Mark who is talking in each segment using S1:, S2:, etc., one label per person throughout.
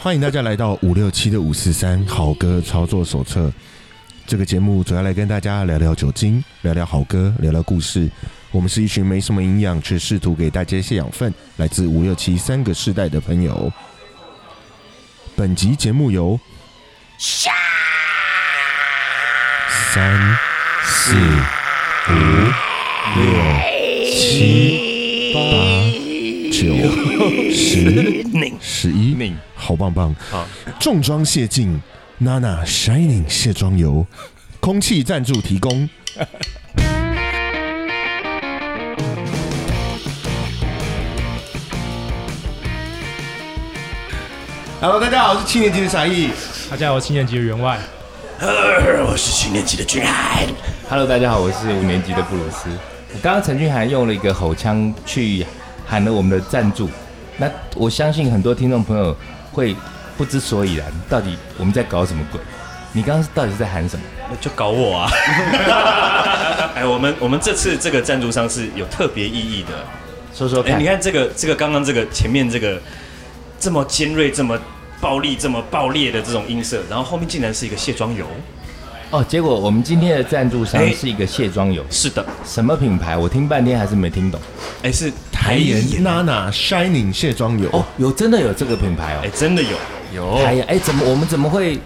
S1: 欢迎大家来到五六七的五四三好歌操作手册。这个节目主要来跟大家聊聊酒精，聊聊好歌，聊聊故事。我们是一群没什么营养，却试图给大家一些养分，来自五六七三个世代的朋友。本集节目由三四五六七八九十
S2: 拧
S1: 十一。
S2: 拧
S1: 好棒棒！
S2: 好
S1: 重装卸镜，Nana Shining 卸妆油，空气赞助提供。Hello，大家好，我是七年级的傻义。
S3: 大家好，我是七年级的员外。
S2: 我是七年级的君海，
S4: Hello，大家好，我是五年级的布鲁斯。我刚刚陈俊涵用了一个吼腔去喊了我们的赞助，那我相信很多听众朋友会不知所以然，到底我们在搞什么鬼？你刚刚到底是在喊什么？
S2: 那就搞我啊！ 哎，我们我们这次这个赞助商是有特别意义的。
S4: 说说
S2: 哎，
S4: 看。
S2: 你看这个这个刚刚这个前面这个这么尖锐、这么暴力、这么爆裂的这种音色，然后后面竟然是一个卸妆油。
S4: 哦，结果我们今天的赞助商
S2: 哎
S4: 是一个卸妆油，
S2: 是的，
S4: 什么品牌？我听半天还是没听懂。
S2: 哎，是台盐。
S1: Nana Shining 卸妆油，
S4: 哦，有真的有这个品牌哦
S2: 哎，。真的有有
S4: 哎呀，哎，怎么我们怎么会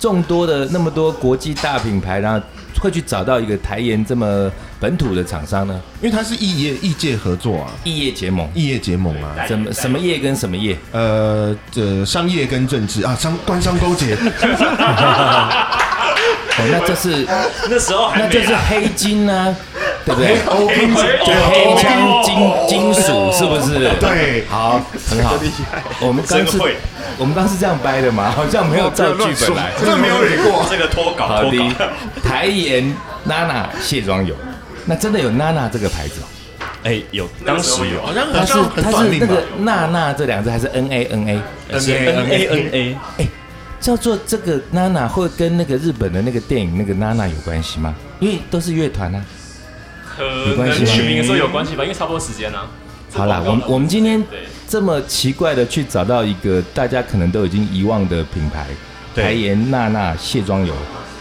S4: 众多的那么多国际大品牌，然后会去找到一个台盐这么本土的厂商呢？
S1: 因为它是异业异界合作啊，
S4: 异业结盟。
S1: 异业结盟啊。
S4: 什么什么业跟什么业？
S1: 呃，这商业跟政治啊，商官商勾结，
S4: 哦，那这是
S2: 那时候还
S4: 那
S2: 没
S4: 就是
S2: 啊
S4: 黑金啊，对不对？
S1: 欧金
S4: 就黑枪金金属是不是？
S1: 对
S4: 好，很好。我们刚是
S2: 真会，
S4: 我们刚是这样掰的嘛，好 像没有照剧本来。
S1: 这没有蕊过。
S2: 这个脱稿
S4: 好
S2: 脱
S4: 的
S2: 稿。，
S4: 台盐娜娜卸妆油，那真的有娜娜这个牌子哦？
S2: 哎，有当时有
S1: 好像好
S4: 它是
S1: 像很
S4: 它
S1: 短
S4: 是
S1: 命
S4: 那
S1: 吧
S4: 个娜娜这两字还是 N A N A？
S2: 是 N A N A。
S4: 叫做这个娜娜会跟那个日本的那个电影那个娜娜有关系吗？因为都是乐团啊。
S5: 可
S4: 有关系
S5: 能
S4: 吗
S5: 取名的时候有关系吧，因为差不多时间啊。
S4: 好啦，
S5: 这
S4: 我
S5: 广
S4: 们
S5: 告
S4: 我们今天
S5: 对
S4: 这么奇怪的去找到一个大家可能都已经遗忘的品牌，
S2: 对
S4: 台盐娜娜卸妆油，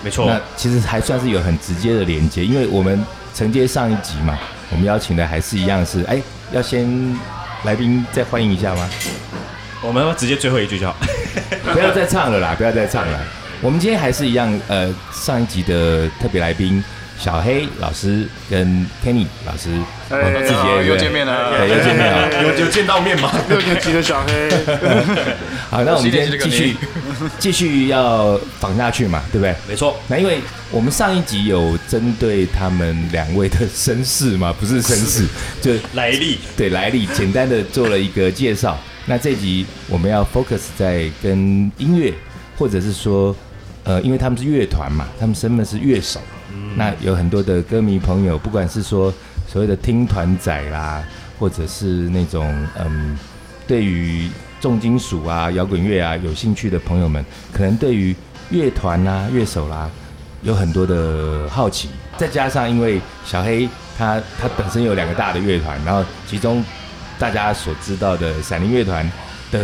S2: 没错
S4: 那，其实还算是有很直接的连接，因为我们承接上一集嘛，我们邀请的还是一样是，哎，要先来宾再欢迎一下吗？
S2: 我们要不要直接最后一句就好。
S4: 不要再唱了啦，不要再唱了。我们今天还是一样，呃，上一集的特别来宾小黑老师跟 Kenny 老师，
S6: 哎
S4: 哦自己
S6: 好
S4: 也
S6: 又见面了
S5: 哎
S2: 哎
S4: 对，又见
S2: 啊
S4: 面 了。
S1: 有有见到面吗？
S6: 六年级的小黑，
S4: 好，那我们今天继续 继续要访下去嘛，对不对？
S2: 没错，
S4: 那因为我们上一集有针对他们两位的身世嘛，不是身世，就
S2: 来历
S4: 对来历简单的做了一个介绍。那这集我们要 focus 在跟音乐，或者是说，呃，因为他们是乐团嘛，他们身份是乐手，那有很多的歌迷朋友，不管是说所谓的听团仔啦，或者是那种嗯，对于重金属啊、摇滚乐啊有兴趣的朋友们，可能对于乐团啦、乐手啦、有很多的好奇，再加上因为小黑他他本身有两个大的乐团，然后其中大家所知道的闪灵乐团的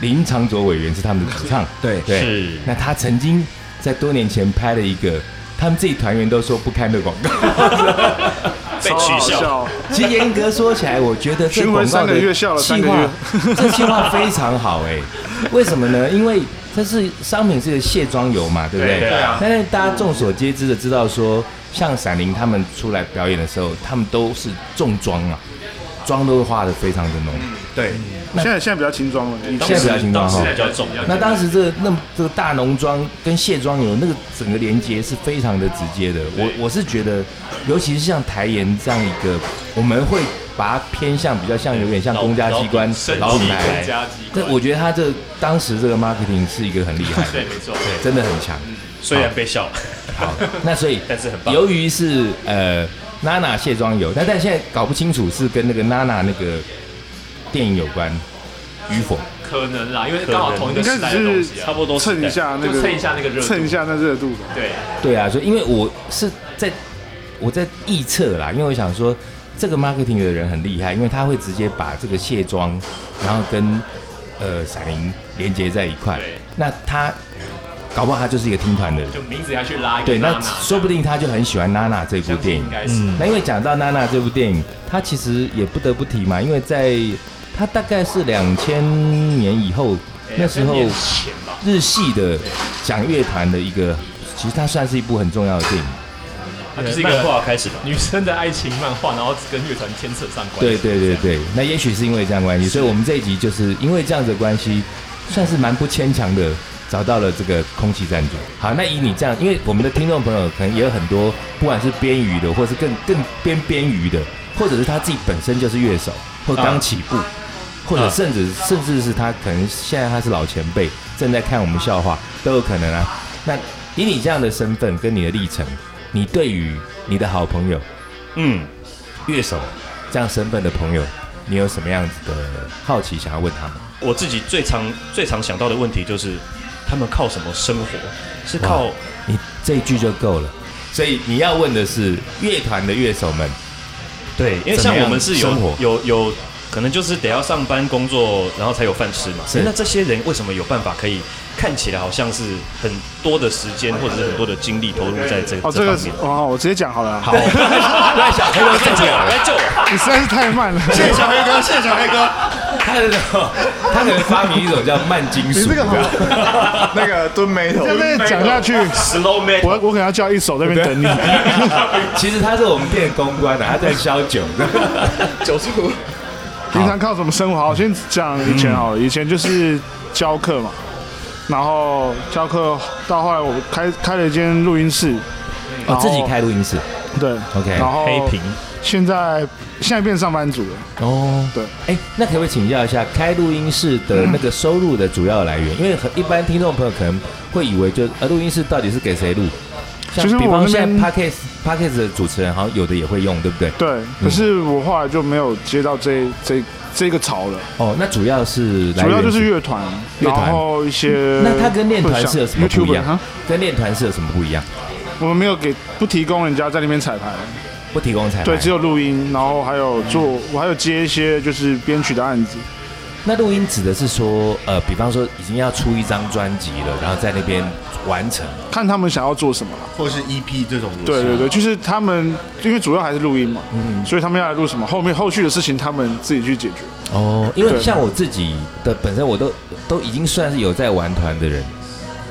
S4: 林长卓委员是他们的主唱，
S1: 对
S4: 对，
S2: 是
S4: 那他曾经在多年前拍了一个他们自己团员都说不堪的广告，
S2: 被
S6: 超
S2: 取
S6: 好
S2: 笑，
S6: 笑，
S4: 其实严格说起来，我觉得这
S6: 巡回
S4: 广告
S6: 三
S4: 的
S6: 个月笑了
S4: 计
S6: 三个
S4: 划
S6: 月，
S4: 这计划非常好哎、为什么呢？因为它是商品是个卸妆油嘛，对不对？
S2: 对对啊
S4: 但是大家众所皆知的知道说，像闪灵他们出来表演的时候，他们都是重妆啊，妆都会化的非常的浓。
S1: 对，
S6: 现在现在比较轻装了，以
S4: 现在
S6: 前
S4: 比较轻装
S2: 当时
S4: 哈
S2: 比较重。
S4: 那当时这个那么这个大浓妆跟卸妆油那个整个连接是非常的直接的。我我是觉得，尤其是像台盐这样一个，我们会把它偏向比较像有点像公家机关
S5: 升
S4: 老
S5: 级
S4: 品牌
S5: 国。家机
S4: 那
S5: 关，
S4: 我觉得他这当时这个 marketing 是一个很厉害的，
S5: 对，没错，
S4: 真的很强。
S2: 虽然被笑，
S4: 好，那所以
S2: 但是很棒
S4: 由于是呃 Nana 卸妆油，但但现在搞不清楚是跟那个 Nana 那个电影有关与否。
S5: 可能啦，因为刚好同一个
S6: 应该
S5: 时代的
S6: 只
S5: 东西
S6: 是
S5: 啊，
S2: 差不多
S6: 蹭一下那
S5: 就
S6: 个
S5: 蹭一下那个热度
S6: 蹭一下那热度吧。
S5: 对，
S4: 对啊，所以因为我是在我在臆测啦，因为我想说这个 marketing 的人很厉害，因为他会直接把这个卸妆，然后跟呃闪灵连接在一块
S5: 对。
S4: 那他搞不好他就是一个听团的人，
S5: 就名字要去拉一个
S4: 对，
S5: 娜
S4: 那
S5: 娜
S4: 说不定他就很喜欢娜娜这部
S5: 相信
S4: 电影啊
S5: 应。该是
S4: 那因为讲到娜娜这部电影，它其实也不得不提嘛，因为在它大概是两千年以后，
S5: 哎
S4: 那时候
S5: 两千年前吧，
S4: 日系的讲乐团的一个，其实它算是一部很重要的电影。
S5: 它就是一
S2: 漫
S5: 个
S2: 画开始吧。
S5: 女生的爱情漫画，然后跟乐团牵扯上关
S4: 对
S5: 系。
S4: 对对对，那也许是因为这样的关系，所以我们这一集就是因为这样子的关系，算是蛮不牵强的找到了这个空气赞助。好，那以你这样，因为我们的听众朋友可能也有很多，不管是边鱼的，或是更更边边鱼的，或者是他自己本身就是乐手，或刚起步，
S5: 啊
S4: 或者甚至甚至是他可能现在他是老前辈，正在看我们笑话都有可能啊。那以你这样的身份跟你的历程，你对于你的好朋友
S2: 嗯，
S4: 乐手这样身份的朋友，你有什么样子的好奇想要问他们？
S2: 我自己最常最常想到的问题就是，他们靠什么生活？是靠
S4: 你这一句就够了。所以你要问的是乐团的乐手们，
S2: 对，因为
S4: 怎么
S2: 像
S4: 样
S2: 我们是有
S4: 生活
S2: 有有，可能就是得要上班工作，然后才有饭吃嘛。
S4: 是
S2: 那这些人为什么有办法可以看起来好像是很多的时间或者是很多的精力投入在这
S6: 哦，这
S2: 这
S6: 个
S2: 方
S6: 是
S2: 面？
S6: 哦，我直接讲好了。好，
S2: 来，小黑哥救我！来救我！
S6: 你实在是太 慢了。
S2: 谢谢小黑哥，谢谢小黑哥。
S4: 他的他可能发明一种叫慢金属，
S6: 你这个好
S4: 你知道吗
S7: 那个蹲眉头，
S6: 要再讲下去，
S2: Slow man，
S6: 我我可能要叫一手在那边等你。
S4: 其实他是我们店的公关的、啊他在消酒的。
S7: 九十度。
S6: 平常靠什么生活？好，我先讲以前好了，以前就是教课嘛，然后教课到后来我开开了一间录音室，
S4: 哦
S6: 然后，
S4: 自己开录音室
S6: 对
S4: OK
S6: 然后
S2: 黑屏，
S6: 现在现在变上班族了，
S4: 哦。
S6: 对，
S4: 哎，那可不可以请教一下，开录音室的那个收入的主要来源？因为很一般听众朋友可能会以为就，呃，录音室到底是给谁录？像
S6: 其实
S4: 比
S6: 我
S4: 方
S6: 那
S4: 现在
S6: 边
S4: podcast podcast 的主持人好像有的也会用，对不对？
S6: 对，可是我后来就没有接到这这这个潮了，
S4: 哦，那主要是来
S6: 主要
S4: 源
S6: 就是呃乐团，
S4: 乐团
S6: 然后一些
S4: 那它跟练团是有什么不一
S6: YouTuber 哈
S4: 样？跟练团是有什么不一样？
S6: 我们没有给不提供人家在那边彩排，
S4: 不提供彩排。
S6: 对，只有录音，然后还有做，我还有接一些就是编曲的案子，
S4: 那录音指的是说，呃，比方说已经要出一张专辑了，然后在那边完成。
S6: 看他们想要做什么啦。
S1: 或是 EP 这种也是
S6: 对对对，就是他们，因为主要还是录音嘛，所以他们要来录什么，后面后续的事情他们自己去解决。
S4: 哦，因为
S6: 对
S4: 像我自己的本身，我都都已经算是有在玩团的人。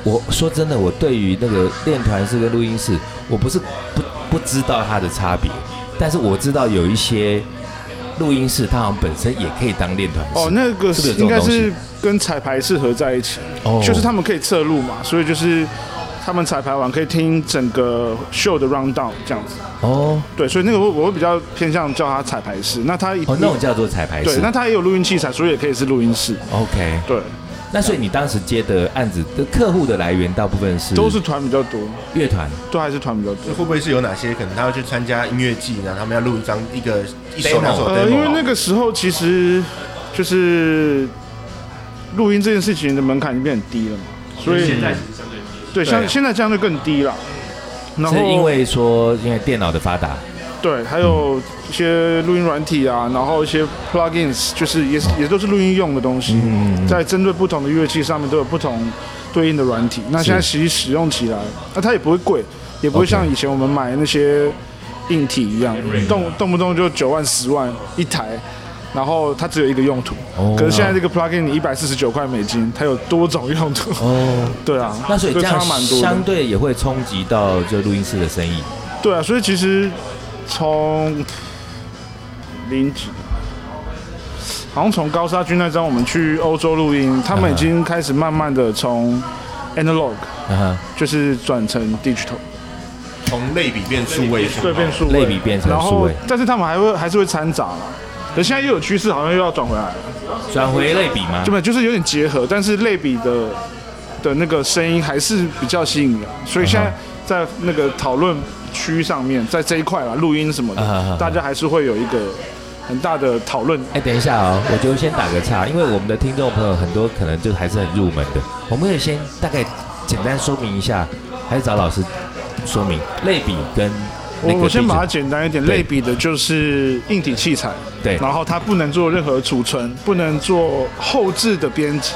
S4: 我说真的，我对于那个练团式跟录音室，我不是不不知道它的差别，但是我知道有一些录音室，它好像本身也可以当练团室。
S6: 哦，那个
S4: 是不是有这种
S6: 应该
S4: 东西
S6: 是跟彩排是合在一起，
S4: 哦
S6: 就是他们可以侧录嘛，所以就是他们彩排完可以听整个秀的 round down 这样子。
S4: 哦
S6: 对，所以那个我我会比较偏向叫它彩排室。那它
S4: 哦，那种叫做彩排
S6: 对
S4: 室，。
S6: 那它也有录音器材，所以也可以是录音室。
S4: OK，
S6: 对，
S5: 嗯
S4: 那所以你当时接的案子的客户的来源，大部分是
S6: 都是团比较多，
S4: 乐团
S6: 都还是团比较多
S1: 就。会不会是有哪些可能他要去参加音乐季，然后他们要录一张一个一首
S4: Demo
S1: 两首 demo，
S6: 呃，因为那个时候其实就是录音这件事情的门槛已经变很低了嘛，所以
S5: 现在其实相对低
S6: 对像
S4: 对啊
S6: 现在相对更低了。然后
S4: 是因为说因为电脑的发达，
S6: 对，还有一些录音软体啊，然后一些 plugins，就是也是也都是录音用的东
S4: 嗯
S6: 西，在针对不同的乐器上面都有不同对应的软体。那现在其实使用起来，那它也不会贵，也不会
S4: OK
S6: 像以前我们买那些硬体一样，动动不动就九万、十万一台。然后它只有一个用途，
S4: 哦
S6: 可是现在这个 plugin 你一百四十九块美金，它有多种用途。
S4: 哦，
S6: 对啊，
S4: 那所以这
S6: 就
S4: 样
S6: 差蛮多的
S4: 相对也会冲击到就录音室的生意。
S6: 对啊，所以其实从零几，好像从高沙军那张我们去欧洲录音，他们已经开始慢慢的从 analog
S4: 嗯哼，
S6: 就是转成 digital，
S1: 从类比变数位数，
S6: 对，变数
S4: 类比变成
S6: 然
S4: 数
S6: 后
S4: 位
S6: 但是他们还会还是会掺杂嘛。可现在又有趋势，好像又要转回来了，
S4: 转回类比吗
S6: 就？没有就是有点结合，但是类比的的那个声音还是比较吸引人，所以现在在那个讨论区上面，在这一块啦，录音什么的，
S4: 啊啊啊
S6: 大家还是会有一个很大的讨论。
S4: 哎，等一下哦，我就先打个岔，因为我们的听众朋友很多可能就还是很入门的，我们可以先大概简单说明一下，还是找老师说明类比跟那
S6: 我
S4: 个
S6: 我先把它
S4: 地址
S6: 简单一点
S4: 对
S6: 类比的，就是硬体器材，
S4: 对
S6: 然后它不能做任何储存，不能做后置的编辑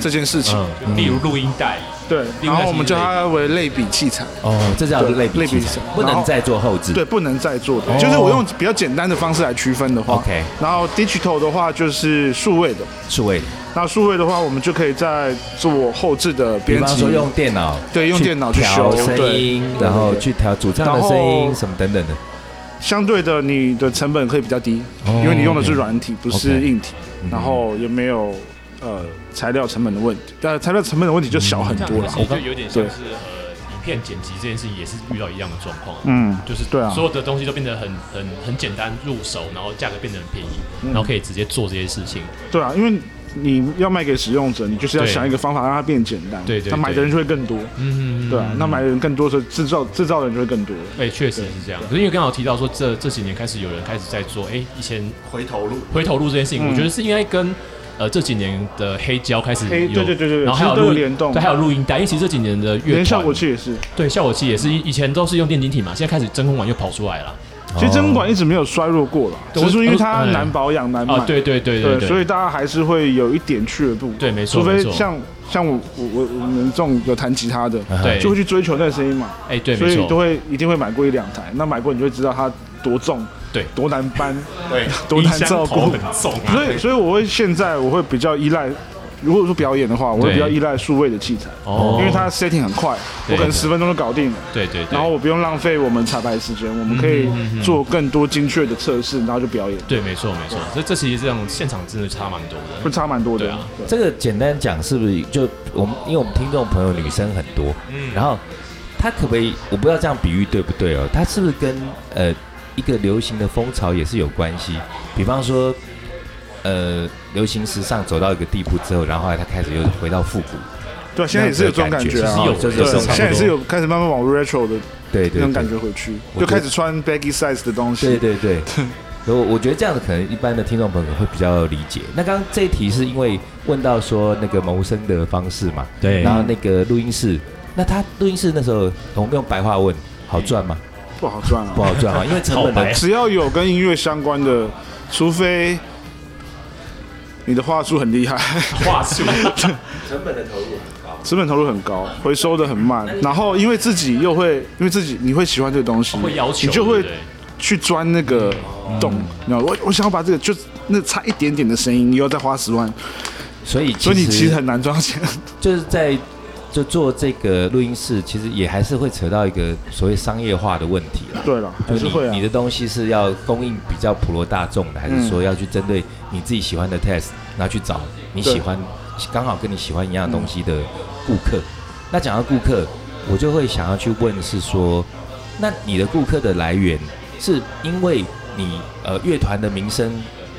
S6: 这件事
S4: 嗯
S6: 情，
S5: 例如录音带，
S6: 对，
S5: 另
S6: 然
S5: 外
S6: 后我们
S5: 是
S6: 叫
S5: 类比
S6: 它为类比器材，
S4: 哦，这叫
S6: 对
S4: 类比
S6: 类
S4: 器
S6: 比
S4: 材
S6: 然，后
S4: 不能再做后置。
S6: 对，不能再做的，就是我用比较简单的方式来区分的话
S4: OK
S6: 然后 digital 的话就是数位的，
S4: 数位，
S6: 那数位的话，我们就可以再做后置的
S4: 比
S6: 编
S4: 方
S6: 辑
S4: 说，用电脑，
S6: 对用电脑去
S4: 调
S6: 修
S4: 声
S6: 对
S4: 音，然后去调主唱的
S6: 然后
S4: 声音什么等等的。
S6: 相对的你的成本可以比较低，因为你用的是软体，不是
S4: OK
S6: 硬体，然后也没有呃材料成本的问题，但材料成本的问题就小很
S5: 这样
S6: 多了
S5: 其。实就有点像是呃影片剪辑这件事情也是遇到一样的状况，
S6: 嗯，
S5: 就是
S6: 对啊
S5: 所有的东西都变得很很很简单入手，然后价格变得很便宜，
S6: 嗯
S5: 然后可以直接做这些事情。
S6: 对啊，因为你要卖给使用者，你就是要
S5: 对
S6: 想一个方法让它变简单，
S5: 对对
S6: 那买的
S5: 对
S6: 人就会更多，
S5: 嗯
S6: 对啊，那买的人更多的时候，制造制造的人就会更多了。
S5: 哎，确实是这样。可是因为刚好提到说这这几年开始有人开始在做，哎，以前
S7: 回头路，
S5: 回头路这件事情，
S6: 嗯
S5: 我觉得是应该跟呃这几年的黑胶开始
S6: 黑
S5: 有
S6: 对对对对对
S5: 然后还有
S6: 其实都有
S5: 录
S6: 联动
S5: 对，还有录音带，因为其实这几年的乐
S6: 连
S5: 团
S6: 效果器也是，
S5: 对效果器也是以以前都是用电晶体嘛，现在开始真空管又跑出来了
S6: 其实真空管一直没有衰弱过了，
S5: 对
S6: 只是说因为它
S5: 我嗯
S6: 难保养难买
S5: 啊，，对对对
S6: 对
S5: 对，
S6: 所以大家还是会有一点去而不
S5: 对没错
S6: 除非
S5: 没错
S6: 像像我我我我们这种有弹吉他的，
S5: 啊对
S6: 就会去追求那个声音嘛，
S5: 哎对
S6: 所
S5: 没
S6: 以都
S5: 错，
S6: 会一定会买过一两台，那买过你就会知道它多重，
S5: 对
S6: 多难搬，
S7: 对，
S6: 多
S5: 音
S6: 难
S5: 箱
S6: 照
S5: 头
S6: 顾
S5: 很，重啊，
S6: 所以所以我会现在我会比较依赖。如果说表演的话，我会
S5: 对
S6: 比较依赖数位的器材，
S5: 哦
S6: 因为它 setting 很快，我
S5: 对
S6: 可能十分钟就搞定了。
S5: 对对对，
S6: 然后我不用浪费我们彩排时间，我们可以
S4: 嗯
S6: 做更多精确的测试，然后就表演，
S5: 对没错没错，所以这其实这种现场真的差蛮多
S6: 会
S5: 的，
S6: 差蛮多的。
S5: 对啊
S6: 对
S4: 这个简单讲是不是就我们，因为我们听众朋友女生很多，然后她可不可以，我不知道这样比喻对不对哦？她是不是跟呃一个流行的风潮也是有关系？比方说，呃，流行时尚走到一个地步之后，然后后来她开始又回到复古，
S6: 对啊，现在也是有这种感觉啊
S5: 其实，有
S4: 就是
S5: 对
S4: 有
S6: 对
S4: 这种
S6: 现
S4: 感
S6: 在
S4: 觉
S6: 也是有开始慢慢往 retro 的
S4: 对对
S6: 那种感
S4: 对
S6: 觉回去，
S4: 我
S6: 就
S4: 觉得
S6: 开始穿 baggy size 的东
S4: 对
S6: 西。
S4: 对对，所以我觉得这样子可能一般的听众朋友会比较理解。那刚刚这一题是因为问到说那个谋生的方式嘛，
S5: 对
S4: 然后那个录音室，那他录音室那时候我们用白话问，好赚吗？
S6: 不好赚啊
S4: 不。好 赚啊，因为成本
S5: 好白
S4: 的
S5: 啊
S6: 只要有跟音乐相关的，除非你的话术很厉害，
S5: 话术
S6: 成本投入很高，回收的很慢，然后因为自己又会，因为自己你会喜欢这个东西，
S5: 哦会要求，
S6: 你就会
S5: 对不对
S6: 去钻那个洞。然后我我想要把这个就那差一点点的声音，你又要再花十万，
S4: 所以
S6: 所以你其实
S4: 实
S6: 很难赚钱。
S4: 就是在就做这个录音室，其实也还是会扯到一个所谓商业化的问题啊了。
S6: 对了，还
S4: 就是是
S6: 会啊嗯
S4: 你。的东西是要供应比较普罗大众的，还是说要去针对你自己喜欢的 test，然后去找你喜欢刚好跟你喜欢一样东
S6: 嗯
S4: 西的顾客？那讲到顾客，我就会想要去问是说，那你的顾客的来源是因为你呃乐团的名声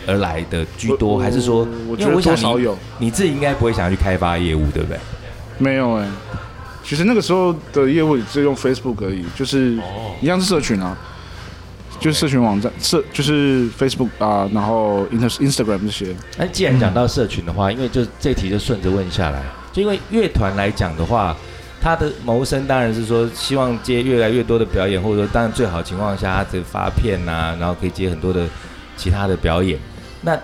S4: 而来的居多，
S6: 我
S4: 还是说
S6: 我，觉
S4: 因
S6: 得
S4: 为我想
S6: 多少
S4: 你
S6: 有
S4: 你自己应该不会想要去开发业务，对不对？
S6: 没有哎、其实那个时候的业务也是用 Facebook 而已，就是一样是社群啊，就是社群网站，社就是 Facebook 啊，然后 Inter Instagram 这些。
S4: 那既然讲到社群的话，因为就这题就顺着问下来，就因为乐团来讲的话，他的谋生当然是说希望接越来越多的表演，或者说当然最好情况下，他这发片呐、然后可以接很多的其他的表演。那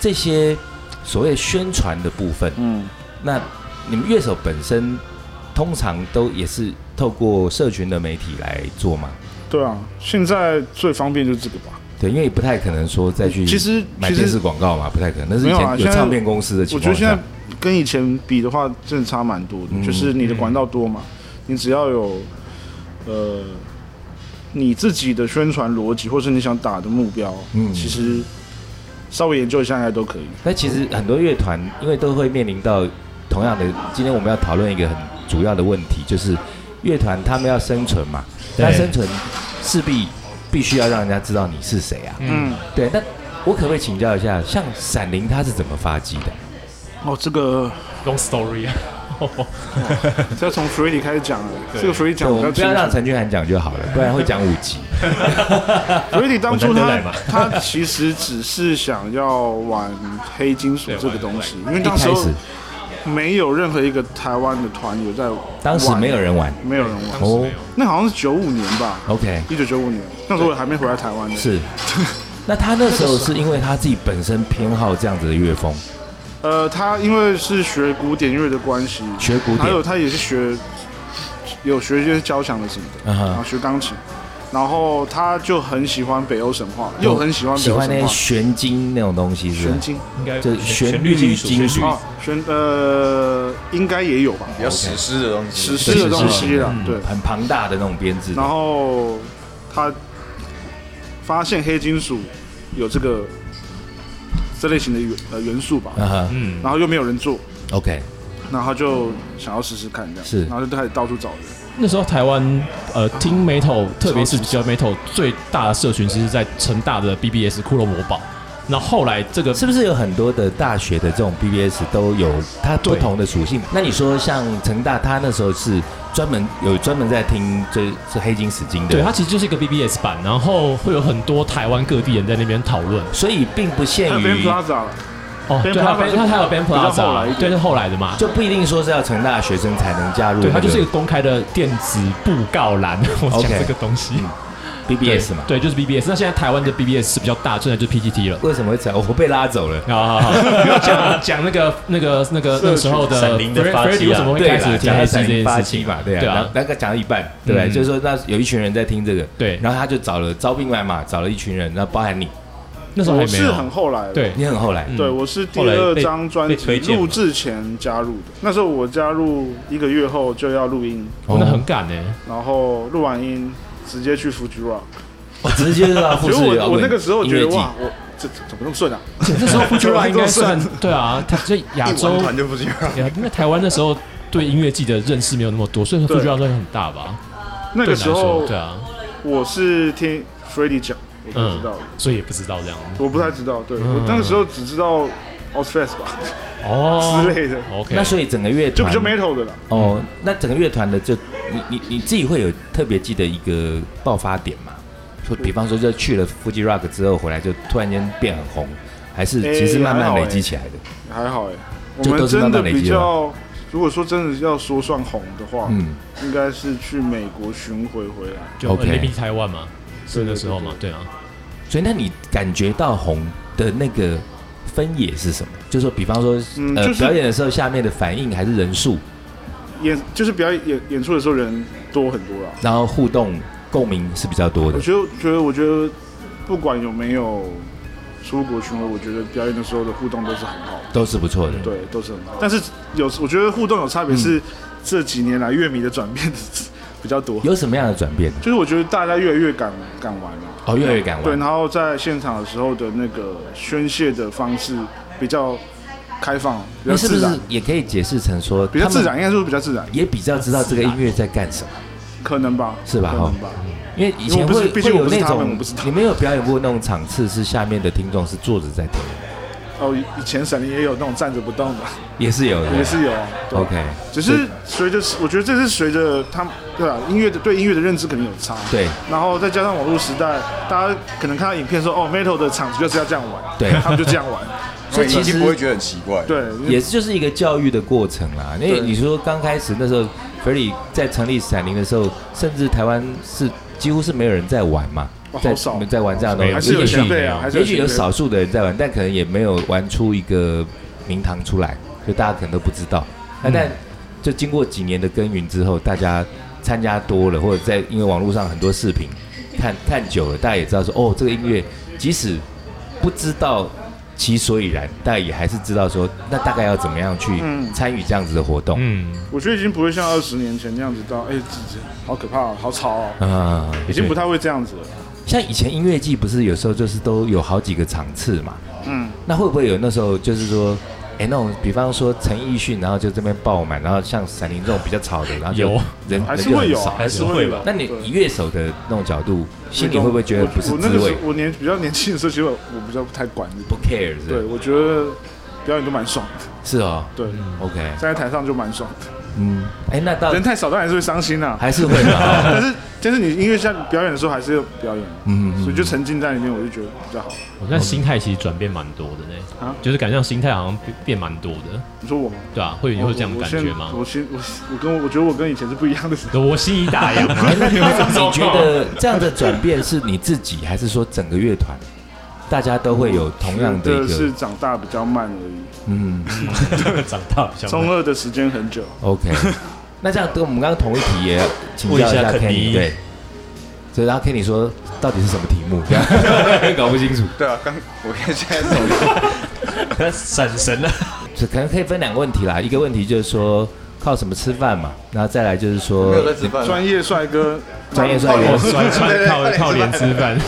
S4: 这些所谓宣传的部分，
S6: 嗯，
S4: 那你们乐手本身通常都也是透过社群的媒体来做嘛？
S6: 对啊，现在最方便就是这个吧。
S4: 对，因为不太可能说再去
S6: 其实
S4: 买
S6: 其实
S4: 电视广告嘛，不太可能。那是以
S6: 没有啊
S4: 前
S6: 现
S4: 有
S6: 在
S4: 唱片公司的情
S6: 我觉得
S4: 况
S6: 现
S4: 下。
S6: 在跟以前比的话，真的差蛮多的，
S4: 嗯
S6: 就是你的管道多嘛，你只要有呃你自己的宣传逻辑，或是你想打的目标，
S4: 嗯
S6: 其实稍微研究一下应该都可以。
S4: 那其实很多乐团，因为都会面临到同样的，今天我们要讨论一个很主要的问题，就是乐团他们要生存嘛，
S3: 对
S4: 那生存势必必须要让人家知道你是谁啊。
S6: 嗯，
S4: 对，那我可不可以请教一下，像闪灵它是怎么发迹的？
S6: 哦，这个
S5: ，long story 啊，
S6: 这要从 f r e d d y 开始讲了，这个 f r
S4: 对
S6: e d d y 讲
S4: 我们
S6: 比较
S4: 不要
S6: 清
S4: 让
S6: 楚。
S4: 陈俊涵讲就好了，不然会讲五集。
S6: f r e d d y 当初
S5: 我难得
S6: 他
S5: 来嘛
S6: 他其实只是想要玩黑金属
S5: 对
S6: 这个
S5: 玩
S6: 东西，因为
S4: 一
S6: 当
S4: 开
S6: 时候
S4: 始
S6: 没有任何一个台湾的团有在玩，
S4: 当时没有人玩哦
S6: 没有人玩，
S5: 当时没有。
S6: 那好像是九五年吧，
S4: ，OK，
S6: 一九九五年，那时候我还没回来台湾呢。
S4: 是。那他那时候是因为他自己本身偏好这样子的乐风，
S6: 呃，他因为是学古典乐的关系，
S4: 学古
S6: 还有
S4: 典，
S6: 他也是学有学一些交响的什么的，
S4: 嗯
S6: 然后
S4: 哼，
S6: 学钢琴，然后他就很喜欢北欧神话，又很喜欢北
S4: 哦喜
S6: 欧
S4: 欢那
S6: 神
S4: 些
S6: 话，
S4: 玄经那种东西是
S6: 玄
S4: 吧，
S6: 经
S5: 应该
S4: 就是旋律
S5: 金
S4: 金属
S6: 哦，玄呃应该也有吧，
S7: 比较史诗的东西
S6: 史。诗的东西啦，
S4: 嗯
S6: 对。
S4: 很庞大的那种编制的。
S6: 然后他发现黑金属有这个这类型的元呃元素吧，
S4: 嗯哼
S5: 嗯，
S6: 然后又没有人做，
S4: ，OK，
S6: 然后他就想要试试看这样，
S4: 是
S6: 然后就开始到处找人。
S5: 那时候台湾呃听 metal，特别是比较 metal 最大的社群，其实在成大的 BBS 骷髅魔堡。那后来这个
S4: 是不是有很多的大学的这种 BBS 都有它不
S5: 对
S4: 同的属性？那你说像成大，他那时候是专门有专门在听这这黑金死金的，
S5: 对它其实就是一个 BBS 版，然后会有很多台湾各地人在那边讨论。
S4: 所以并不限
S6: 还有 Ben
S4: 于
S6: Plaza 了，
S5: 哦，
S6: Ben
S5: 对，它
S6: Plaza 是
S5: 它还有 Ben
S6: 比较后
S5: Plaza，
S6: 来一点
S5: 对，是后来的嘛。
S4: 就不一定说是要成大的学生才能加入
S5: 对，
S4: 那
S5: 它
S4: 个
S5: 就是一个公开的电子布告栏， 我讲
S4: OK
S5: 这个东西。
S4: BBS 嘛。
S5: 对，就是 BBS。那现在台湾的 BBS 是比较大，现在就是 PGT 了。
S4: 为什么会这样？我被拉走了。
S5: 啊，好好不要讲讲那个那个那个那个时候的
S2: 闪灵的
S5: Fre-
S2: 发迹啊
S5: Freddy 为什么会
S4: 对
S5: 开
S4: 啦，
S5: 始
S4: 讲
S5: 讲
S4: 到
S5: 黑市
S4: 三
S5: 这
S4: 零
S5: 件
S4: 八
S5: 事
S4: 七
S5: 情
S4: 嘛，对
S5: 对
S4: 啊
S5: 啊，
S4: 那那个讲到一半，对不对？
S5: 嗯
S4: 就是说，那有一群人在听这个，
S5: 对
S4: 然后他就找了招兵买马，找了一群人，那包含你，
S5: 那时候还
S6: 我
S5: 没
S6: 是
S5: 有。
S6: 很后来的，
S5: 对，
S4: 你很后来，
S5: 嗯
S6: 对，我是第
S2: 后来
S6: 二
S2: 被
S6: 张专
S2: 被
S6: 辑
S2: 推荐嘛
S6: 录制前加入的。那时候我加入一个月后就要录音，
S5: 我那很赶哎、
S6: 然后录完音直接去 Fujirock。
S4: 我直接就到
S6: 其
S4: 复
S6: 实
S4: 制
S6: 我我那个时候
S4: 音
S6: 觉
S4: 乐
S6: 得
S4: 季
S6: 哇，我这这怎么那么顺啊？
S5: 那时候 f u j i r a 应该算
S6: 这么
S5: 对啊，他这亚
S7: 一玩
S5: 洲，
S7: 团就不行了。
S5: 呀因为台湾那时候对音乐季的认识没有那么多，所以 f u
S6: 对
S5: j i r a 算很大吧。
S6: 那
S5: 对
S6: 个
S5: 来
S6: 时
S5: 说，
S6: 候
S5: 对啊，嗯
S6: 我是听 Freddie 讲，我不知道
S4: 嗯
S6: 的，
S5: 所以也不知道这样
S6: 我不太知道。对
S5: 嗯
S6: 我那个时候只知道 Osfest 吧
S5: 哦
S6: 之类的，
S5: OK，
S4: 那所以整个乐团
S6: 就比较 metal 的啦。
S4: 哦，那整个乐团的就你你你自己会有特别记得一个爆发点吗？
S6: 嗯
S4: 说比方说，就去了 Fuji Rock 之后回来，就突然间变很红，还是
S6: 诶
S4: 其实慢
S6: 还
S4: 慢
S6: 好
S4: 累积
S6: 诶
S4: 起来的？
S6: 还好哎，我
S4: 就
S6: 们
S4: 都是慢
S6: 真
S4: 慢
S6: 的
S4: 累积
S6: 比较，如果说真的要说算红的话，
S4: 嗯，
S6: 应该是去美国巡回回来。
S5: 就
S4: OK
S5: NAP 台湾嘛，是那时候嘛，对啊，
S4: 所以那你感觉到红的那个分野是什么？就是说，比方说，
S6: 嗯
S4: 呃，
S6: 就是
S4: 表演的时候下面的反应还是人数，
S6: 演就是表演演演出的时候人多很多啦。
S4: 然后互动共鸣是比较多
S6: 我
S4: 的。
S6: 觉得觉得我觉得不管有没有出国巡回，我觉得表演的时候的互动都是很好的，
S4: 都是不错的，
S6: 对，都是很好。但是有我觉得互动有差
S4: 嗯
S6: 别是这几年来乐迷的 转变比较多，
S4: 有什么样的转变？
S6: 就是我觉得大家越来越敢敢玩了、
S4: 哦，越来越敢
S6: 对，
S4: 玩。
S6: 然后在现场的时候的那个宣泄的方式比较开放，比较
S4: 那是不
S6: 自然
S4: 是，也可以解释成说，
S6: 比较自然，应该说比较自然，
S4: 也比较知道这个音乐在干什么？
S6: 可能吧，
S4: 是吧哦
S6: 可能吧。
S4: 因为以前
S6: 因为我不
S4: 会
S6: 是毕竟
S4: 会
S6: 我
S4: 有
S6: 不是
S4: 那
S6: 他们
S4: 种
S6: 我不知道
S4: 你们有表演过那种场次是下面的听众是坐着在听，
S6: 哦，以前闪灵也有那种站着不动的，
S4: 也是有的，
S6: 也是有啊。对
S4: OK，
S6: 只是随着，我觉得这是随着他们对啊，音乐的对音乐的认知肯定有差。
S4: 对
S6: 然后再加上网络时代，大家可能看到影片说，哦，metal 的场子就是要这样玩，
S4: 对
S6: 他们就这样玩，
S4: 所以
S7: 你
S4: 其
S7: 已
S4: 实
S7: 经不会觉得很奇怪。，
S6: 对，
S4: 也是就是一个教育的过程啦。因为
S6: 对
S4: 你说刚开始那时候 f e r r y 在成立闪灵的时候，甚至台湾是几乎是没有人在玩嘛
S6: 哦，
S4: 在
S6: 好少
S4: 在玩这样的
S5: 没有
S4: 东
S6: 还
S4: 西，
S6: 是有
S4: 也
S6: 前
S4: 许
S6: 辈啊，还是
S4: 也许有
S6: 前辈
S4: 少数的人在玩，但可能也没有玩出一个名堂出来，就大家可能都不知道。那
S6: 嗯
S4: 但就经过几年的耕耘之后，大家参加多了，或者在因为网络上很多视频看看久了，大家也知道说，哦，这个音乐即使不知道其所以然，但也还是知道说，那大概要怎么样去
S6: 嗯
S4: 参与这样子的活动。
S5: 嗯，
S6: 我觉得已经不会像二十年前那样子到，哎，自己好可怕哦，好吵哦，
S4: 啊、
S6: 已经不
S4: 对
S6: 太会这样子了。
S4: 像以前音乐季不是有时候就是都有好几个场次嘛，
S6: 嗯，
S4: 那会不会有那时候就是说，哎、那种比方说陈奕迅，然后就这边爆满，然后像闪灵这种比较吵的，然后就
S5: 有
S4: 人
S6: 还
S4: 人
S6: 是
S4: 就
S6: 会
S4: 很
S6: 有啊，
S4: 少。
S6: 还是会有。
S4: 那你
S6: 对
S4: 以乐手的那种角度，心里会不会觉得不是
S6: 我我那
S4: 滋
S6: 个时
S4: 味
S6: 候？我年比较年轻的时候，其实我我比较不太管这
S4: 不 care 是不
S6: 对，
S4: 是
S6: 我觉得表演都蛮爽的。
S4: 是哦
S6: 对，
S4: ，OK，
S6: 站在台上就蛮爽的，
S4: 嗯，哎，那到
S6: 人太少当然是会伤心啊。
S4: 还是会吧，
S6: 但是但是你音乐下表演的时候还是有表演，
S4: 嗯嗯嗯
S6: 所以就沉浸在里面，我就觉得比较好。
S5: 我那心态其实转变蛮多的
S6: 啊
S5: 呢，就是感觉上心态好像变变蛮多的，
S6: 你说我吗？
S5: 对啊，会你
S6: 我
S5: 会这样感觉吗
S6: 我？我现我我跟我我觉得我跟以前是不一样的。
S5: 我心已打烊嘛，
S4: 哎那那你觉得这样的转变是你自己，还是说整个乐团，大家都会有同样的一
S6: 觉得是
S4: 个？
S6: 长大比较慢而已，
S4: 嗯
S2: 长大比较慢
S6: 中二的时间很久。
S4: ，OK。那 这样跟我们刚刚同一题也请教一
S2: 问一
S4: 下
S2: 下肯尼
S4: Kenny，对。所以然后 Kenny 说，到底是什么题 目？这样搞不清楚。
S7: 对啊，刚我现在懂，
S2: 闪神了，
S4: 这可能可以分两个问题啦，一个问题就是说靠什么吃饭嘛，然后再来就是说
S7: 没有在吃饭，
S6: 专业帅哥，哦
S4: 专业帅
S5: 我
S4: 哥，
S5: 穿穿靠靠脸吃饭，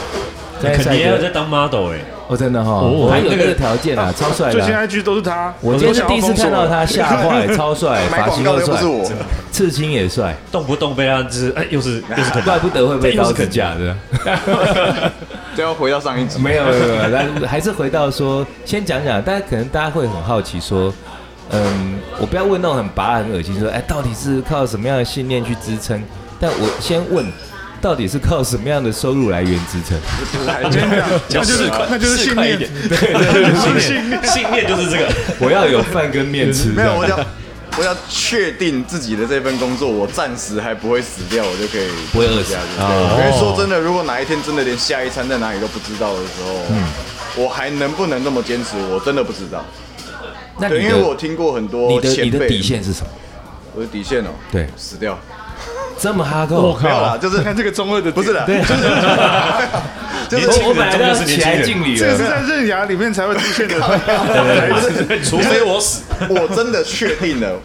S4: 专业
S2: 肯
S4: 帅
S2: 定有
S4: 哥，
S2: 在当 model 哎、
S4: 啊哦，真的哈，
S5: 哦
S4: 我还有这个条件啊，超帅
S6: 最新
S4: 的啊。
S6: IG 都是他。
S4: 我今天是第一次看到他，吓坏，超帅，
S7: 买
S4: 发
S7: 广
S4: 型
S7: 告的
S4: 又
S7: 又不
S4: 帅
S7: 是，我，
S4: 刺青也帅，
S2: 动不动被他就是哎、又是又是肯定，
S4: 怪不得会被
S2: 这又
S4: 刀
S2: 是
S4: 子
S2: 肯
S4: 架的。
S7: 这要回到上一集，
S4: 没有没有没有，但还是回到说，先讲讲，大家可能大家会很好奇说，嗯，我不要问那种很拔很恶心说，哎，到底是靠什么样的信念去支撑？但我先问，到底是靠什么样的收入来源支撑？
S6: 那就是那就是信
S2: 快一
S6: 念，
S2: 点，
S6: 就是信
S2: 信
S6: 念。
S2: 念信念就是这个，
S4: 我要有饭跟面吃。
S7: 没有，我 要我要确定自己的这份工作，我暂时还不会死掉，我就可以
S4: 不会饿死
S7: 下去
S4: 哦
S7: 对因为说真的，如果哪一天真的连下一餐在哪里都不知道的时候，
S4: 嗯
S7: 我还能不能这么坚持？我真的不知道。
S4: 那
S7: 对，
S4: 你
S7: 因为我
S4: 的
S7: 听过很多
S4: 你的
S7: 前
S4: 你的
S7: 辈，
S4: 底线是什么？
S7: 我的底线哦，
S4: 对
S7: 死掉。
S4: 这么哈
S5: 我
S4: 扣，
S7: 没有啦，
S5: 靠，
S7: 就是
S6: 看这个中二的，
S7: 不是的，就是 就是
S4: 我本来要起来敬礼
S6: 这个是
S4: 了。
S6: 在刃牙里面才会出现的。
S2: 除非我死，
S7: 我真的确定了，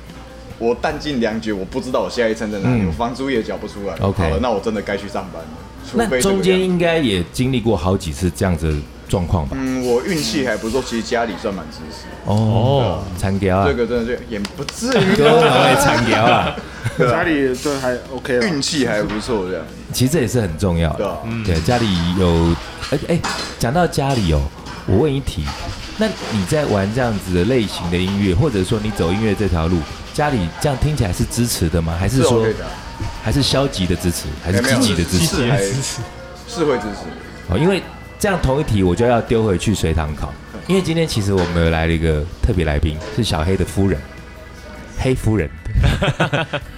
S7: 我弹尽粮绝，我不知道我下一餐在哪里，
S4: 嗯
S7: 我房租也缴不出来。
S4: OK
S7: 好了，那我真的该去上班了。除
S4: 那
S7: 非这个
S4: 中间
S7: 样
S4: 应该也经历过好几次这样子的状况吧？
S7: 嗯，我运气还不错，其实家里算蛮支持，
S4: 哦，残条啊
S7: 这，个真的就也不至于
S4: 哥哪会残条啊？
S6: 家里就还 OK 啊
S5: 嗯
S6: 了，
S7: 运气还不错这样。
S4: 其实这也是很重要
S7: 对
S4: 的
S7: 啊。
S4: 对，家里有，哎哎，讲到家里哦，我问一题，那你在玩这样子的类型的音乐，或者说你走音乐这条路，家里这样听起来是支持的吗？还 是
S7: 是
S4: 说
S7: OK 的啊
S4: 还是消极的支持，还是
S7: 没有啊
S4: 积极的支持？
S7: 是 还是会支持。
S4: 哦，因为这样同一题我就要丢回去水塘考，因为今天其实我们有来了一个特别来宾，是小黑的夫人，黑夫人。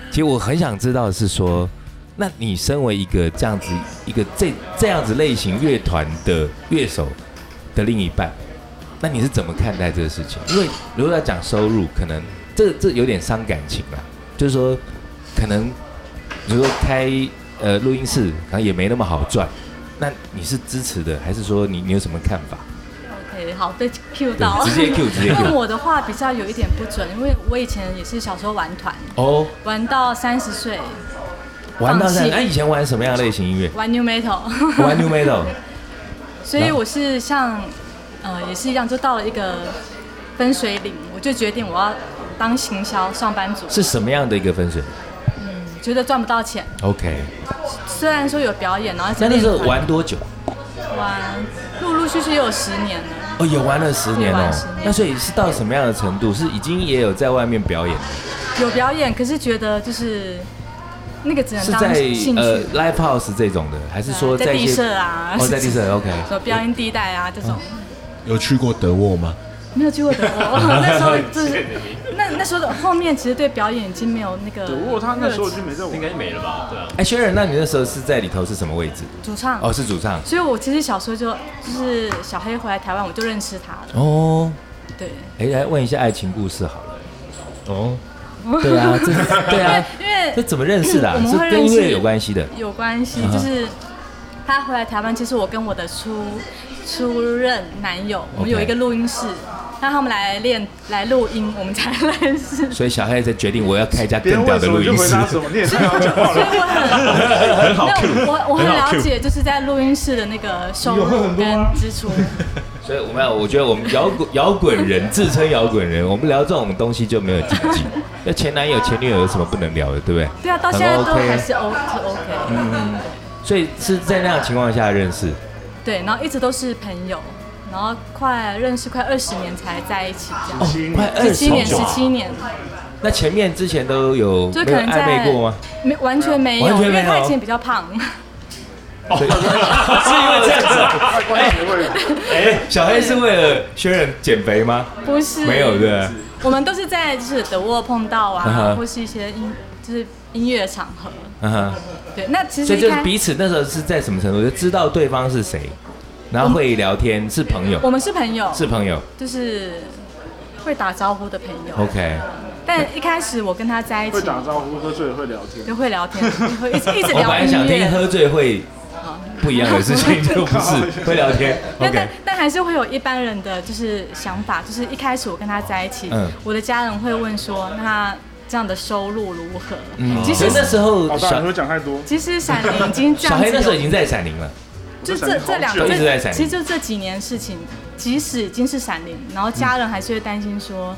S4: 其实我很想知道的是说，那你身为一个这样子一个这这样子类型乐团的乐手的另一半，那你是怎么看待这个事情？因为如果要讲收入，可能这这有点伤感情啦，就是说可能比如说开呃录音室，可能也没那么好赚。那你是支持的，还是说你你有什么看法？
S8: OK，好，哎被 Q 到了，
S4: 对直接 cue，直接 cue
S8: 但我的话比较有一点不准，因为我以前也是小时候玩团，
S4: 哦，
S8: 玩到三十岁，
S4: 玩到三，
S8: 放弃
S4: 那、以前玩什么样的类型音乐？
S8: 玩 New Metal，
S4: 玩 New Metal，
S8: 所以我是像呃也是一样，就到了一个分水岭，我就决定我要当行销上班族，
S4: 是什么样的一个分水
S8: 觉得赚不到钱，
S4: ？OK，
S8: 虽然说有表演，然后一直
S4: 那那时候
S8: 练团
S4: 玩多久？
S8: 玩，陆陆续续也有十年了，
S4: 哦，也玩了十年
S8: 也玩
S4: 哦
S8: 了十年。
S4: 那所以是到什么样的程度？是已经也有在外面表演，
S8: 有表演，可是觉得就是那个只能
S4: 是
S8: 当
S4: 在
S8: 兴趣。
S4: 呃 live house 这种的，还是说
S8: 在
S4: 在一
S8: 地
S4: 些
S8: 社啊，
S4: 哦，在地 社 OK。
S8: 什么标音地带啊这种，
S1: 有去过德沃吗？
S8: 没有去过德国。那时候就是那那时候的后面，其实对表演已经没有那个热情。
S6: 不过他那时候已经没在玩
S5: 应。该没了吧？对啊，
S4: 哎，Sharon，那你那时候是在里头是什么位置？
S8: 主唱
S4: 哦，是主唱。
S8: 所以我其实小时候就就是小黑回来台湾，我就认识他了。
S4: 哦，
S8: 对，
S4: 哎，来问一下爱情故事好了。哦，对啊，这对 啊，
S8: 因为
S4: 这怎么认识的、啊
S8: 我？们
S4: 是
S8: 会
S4: 跟
S8: 认
S4: 音
S8: 识
S4: 乐有关系的。
S8: 有关系
S4: 啊，哈
S8: 就是他回来台湾，其实我跟我的初初任男友，我们
S4: OK
S8: 有一个录音室，让他们来练来录音，我们才 认识。
S4: 所以小黑才决定我要开一家
S6: 别人
S4: 更屌
S6: 问
S4: 的
S6: 什
S4: 录音
S6: 么你就回
S4: 室。
S6: 答什么，你也太好讲话
S8: 所以
S6: 了。
S8: 我很很好我我很
S2: 很好
S8: 了
S2: cue
S8: 解，就是在录音室的那个收入跟支出。
S4: 所以我们要，我觉得我们摇滚摇滚人自称摇滚人，我们聊这种东西就没有禁忌。那前男友前女友有什么不能聊的，对不对？
S8: 对啊，到
S4: 很
S8: 现在都
S4: OK
S8: 还是 O 是 OK，
S4: 所以是在那样情况下认识。
S8: 对，然后一直都是朋友，然后快认识快二十年才在一起，这样。
S4: 快二
S8: 十
S4: 十
S8: 七年，十七年，
S4: 那前面之前都有
S8: 就
S4: 没
S8: 可
S4: 有
S8: 能
S4: 暧
S8: 在
S4: 昧过 吗？
S8: 没完全没有，
S4: 完全
S8: 因
S4: 没有
S8: 为他以前比较胖，
S4: 是因为这样
S8: 啊
S4: 子，
S6: 太关系会
S4: 哎，小黑是为了轩然减肥 吗？
S8: 不是
S4: 没有的，
S8: 我们都是在就是德沃碰到
S4: 嗯
S8: 啊，
S4: 哼
S8: 或是一些音就是音乐场合。
S4: 嗯哼，
S8: 对，那其
S4: 所
S8: 实
S4: 以就
S8: 一
S4: 是
S8: 开
S4: 彼此那时候是在什么程度，就知道对方是谁，然后会聊天，是朋友，
S8: 我们是朋友，
S4: 是朋友
S8: 就是会打招呼的朋友。
S4: ，OK，
S8: 但一开始我跟他在一
S6: 会
S8: 起
S6: 打招呼，喝醉也会聊天。
S8: 就会聊天，会一直一 直
S4: 我本
S8: 聊
S4: 来
S8: 音
S4: 想听
S8: 乐。
S4: 喝醉会不一样的事情，就不是会聊 天
S8: 但但
S4: ，OK，
S8: 但还是会有一般人的就是想法，就是一开始我跟他在一起，
S4: 嗯
S8: 我的家人会问说，那他这样的收入如何？
S4: 嗯，
S8: 其
S4: 所
S8: 实
S4: 以那时候
S6: 哦，当然
S4: 小
S6: 你会讲太多。
S8: 其实闪灵已经这
S4: 小
S8: 样子
S4: 黑
S8: 有，
S4: 那时候已经在闪灵了，
S8: 就
S6: 我在闪
S8: 这
S6: 灵
S8: 这两
S6: 好久
S4: 一直在闪灵
S8: 这其实就这几年事情，即使已经是闪灵，然后家人还是会担心说，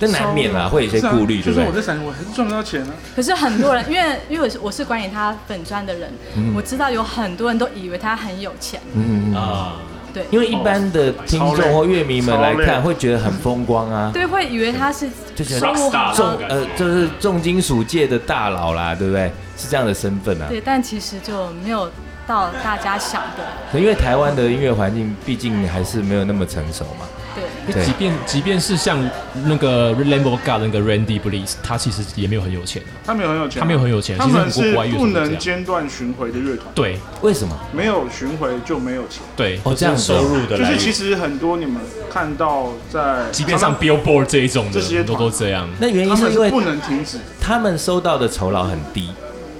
S4: 这难免啦，会有一些
S6: 是啊
S4: 顾虑，
S6: 就
S4: 对
S6: 是
S4: 不
S6: 我
S4: 对？
S6: 在闪，我还是赚不到钱啊。
S8: 可是很多人，因为因为我是我是管理他粉砖的人，我知道有很多人都以为他很有钱，
S4: 嗯，嗯嗯
S2: 啊，
S8: 对，
S4: 因为一般的听众或乐迷们来
S6: 超累
S4: 看，会觉得很风光啊，
S8: 对会以为他是
S4: 就觉
S8: 收
S4: 得
S8: 入很
S2: rockstar
S8: 高
S4: 重，呃，就是重金属界的大佬啦，对不对？是这样的身份啊。
S8: 对，但其实就没有到大家想的，
S4: 可因为台湾的音乐环境毕竟还是没有那么成熟嘛。
S8: 对。
S4: 对
S5: 即便即便是像那个 Rainbow God 那个 Randy Bliss，他其实也没有很有钱啊
S6: 他没有很有钱啊，
S5: 他没有很有钱
S6: 他们
S5: 其实很
S6: 是
S5: 多国外乐手
S6: 不
S5: 都这样
S6: 能间断巡回的乐团，
S5: 对
S4: 为什么？
S6: 没有巡回就没有钱。
S5: 对，就
S4: 哦
S5: 是
S4: 这样子
S5: 收
S4: 哦
S5: 入
S2: 收入的
S6: 就
S2: 来
S6: 是其
S2: 源。
S6: 实很多你们看到在，
S5: 即便上 Billboard 这一种的
S6: 这些
S5: 很多
S6: 团
S5: 都这样。
S4: 那原
S6: 他
S4: 因
S6: 们
S4: 啊是因
S6: 是
S4: 为
S6: 不能停止
S4: 他们收到的酬劳很低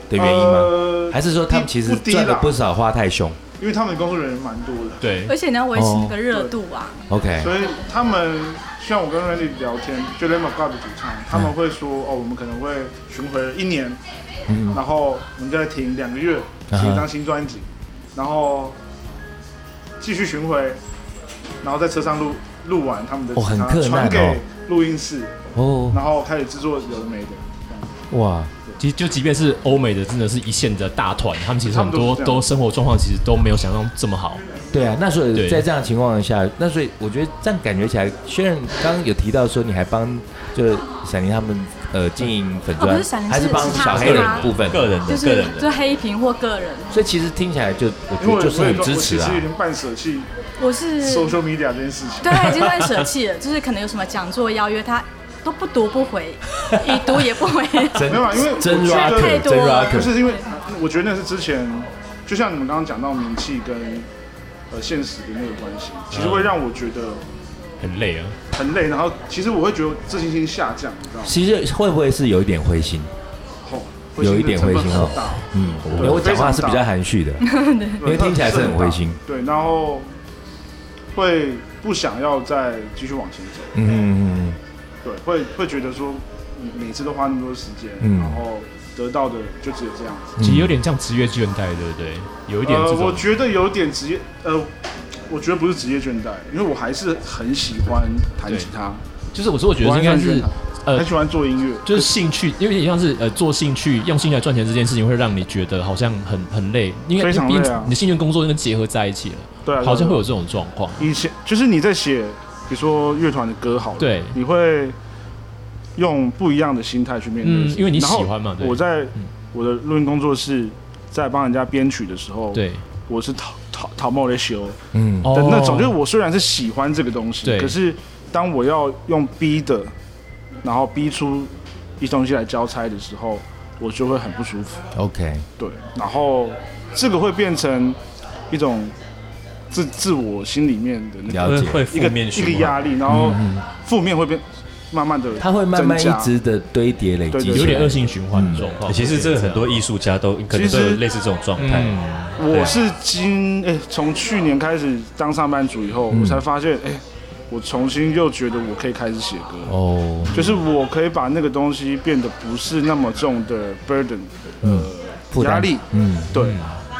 S4: 的原因吗？
S6: 呃
S4: 还是说他们其实
S6: 不低
S4: 赚了
S6: 啦
S4: 不少，花太凶
S6: 因为他们工作人员蛮多的，
S5: 对，
S8: 而且你要维持那个热度啊，
S4: ？OK，
S6: 所以他们像我跟 Randy 聊天，就 Lemon God 的主唱，他们会说哦，我们可能会巡回一年，然后我们再停两个月，
S4: 嗯哼
S6: 出一张新专辑，然后继续巡回，然后在车上录录完他们的
S4: 哦
S6: 吉他
S4: 很克难
S6: 传
S4: 哦
S6: 给录音室，
S4: 哦，
S6: 然后开始制作有的没的。
S4: 哇，
S5: 其实就即便是欧美的，真的是一线的大团，他们其实很
S6: 他
S5: 多
S6: 们都是这样
S5: 都生活状况其实都没有想象这么好。
S4: 对啊，那所以
S5: 对
S4: 在这样的情况下，那所以我觉得这样感觉起来，虽然刚刚有提到说你还帮就是闪灵他们呃经营粉
S8: 哦
S4: 砖
S8: 不是闪，灵
S4: 还是
S8: 是
S4: 帮
S8: 是他
S4: 小黑
S8: 是
S4: 的
S8: 他
S4: 部分，
S2: 个人
S8: 就
S2: 的，个
S8: 是
S2: 人
S8: 就
S2: 的，
S8: 黑屏或个人，
S4: 所以其实听起来就我
S6: 因
S4: 觉
S6: 为我
S4: 得就是很
S6: 我
S4: 支
S6: 我
S4: 持
S6: 其
S4: 啊
S6: 实有。点半舍弃
S8: 我是
S6: social media 这件事情。
S8: 对他已经快舍弃了，就是可能有什么讲座邀约，他都不读 不回，已读也不回，
S4: 真
S6: 没有啊因为我
S4: 真
S6: 觉得
S4: rocker，
S8: 太多
S4: 真
S8: 了
S4: rocker，
S6: 可是因为我觉得那是之前，就像你们刚刚讲到名气跟呃现实的那个关系，
S4: 嗯
S6: 其实会让我觉得
S5: 很累啊，
S6: 很累，然后其实我会觉得自信心下降，你知道吗？
S4: 其实会不会是有一点灰心？
S6: 哦
S4: 有一点灰心哦
S6: 很大，
S4: 嗯，
S6: 对
S4: 因为我讲话是比较含蓄 的，因为听起来是很灰心。
S6: 对，然后会不想要再继续往前走，
S4: 嗯嗯嗯
S6: 对，会会觉得说嗯每次都花那么多时间，
S4: 嗯
S6: 然后得到的就只有这样子。
S5: 其实有点像职业倦怠，对不对？有一点
S6: 呃
S5: 这，
S6: 嗯我
S5: 种
S6: 觉得有点职业，呃，我觉得不是职业倦怠，因为我还是很喜欢弹吉他，
S5: 就是我说，我觉得应
S6: 还
S5: 该
S6: 喜欢
S5: 是
S6: 弹
S5: 呃
S6: 很喜欢做音乐，
S5: 就是兴趣，因为有点像是呃做兴趣用兴趣来赚钱这件事情，会让你觉得好像很很累，因为
S6: 非
S5: 因
S6: 常
S5: 为毕
S6: 累
S5: 竟
S6: 啊
S5: 你的兴趣跟工作跟结合在一起了，
S6: 对啊，哦
S5: 好像会有
S6: 有
S5: 这种状况。
S6: 以前就是你在写，比如说乐团的歌好了，
S5: 对
S6: 你会用不一样的心态去面对
S5: 嗯
S6: 自己，
S5: 因为你
S6: 然后
S5: 喜欢嘛对嗯
S6: 我在我的录音工作室在帮人家编曲的时候，，
S5: 对，
S6: 我是讨讨讨莫雷修的
S4: 嗯嗯，
S5: 哦
S6: 那种，就是我虽然是喜欢这个东西，
S5: 对
S6: 可是当我要用逼的，然后逼出一东西来交差的时候，我就会很不舒服。
S4: OK，
S6: 对，然后这个会变成一种自自我心里面的那个
S4: 了
S2: 会
S4: 解。
S2: 会
S6: 一
S2: 负
S6: 个
S2: 面
S6: 一个
S2: 循环，嗯
S6: 压力，然后负面会变慢慢的，
S4: 它会慢慢一直的堆叠累
S6: 对
S4: 积，
S6: 对对
S5: 有点恶。性循环的状况。
S2: 嗯欸其实这个很多艺术家都可能
S6: 其
S2: 都
S6: 实
S2: 有类似这种状态，
S5: 嗯，
S4: 啊
S6: 我是今哎从去年开始当上班族以后，我才发现
S4: 嗯
S6: 哎、我重新又觉得我可以开始写歌，
S4: 哦，
S6: 就是我可以把那个东西变得不是那么重的 burden，
S4: 嗯
S6: 呃，
S4: 负担
S6: 压力，
S4: 嗯，
S6: 对，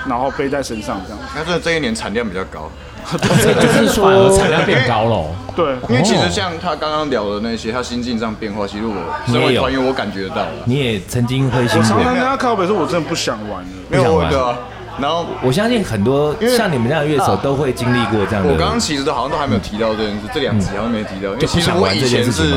S6: 然后背在身上这样。
S7: 他真的这一年产量比较
S4: 哦
S7: 高，
S5: 就是说
S6: 啊
S5: 产量变高了哦，
S6: 对，
S4: 嗯
S7: 因为其实像他刚刚聊的那些，他心境上变化，其实我身
S4: 你也
S7: 为
S4: 有
S7: 团员，我感觉得到了。
S4: 你也曾经灰心
S6: 常常
S4: 过
S6: 跟，他靠北说，我真的不想玩了。
S7: 没有我的啊，然后
S4: 我相信很多
S7: 因为
S4: 像你们这样的乐手都会经历过这样的。
S7: 我刚刚其实都好像都还没有提到这件事，这两集好像没提到，因为
S4: 就不
S7: 其实
S4: 想
S7: 我
S4: 玩
S7: 以
S4: 这件
S7: 前
S4: 事情
S7: 是，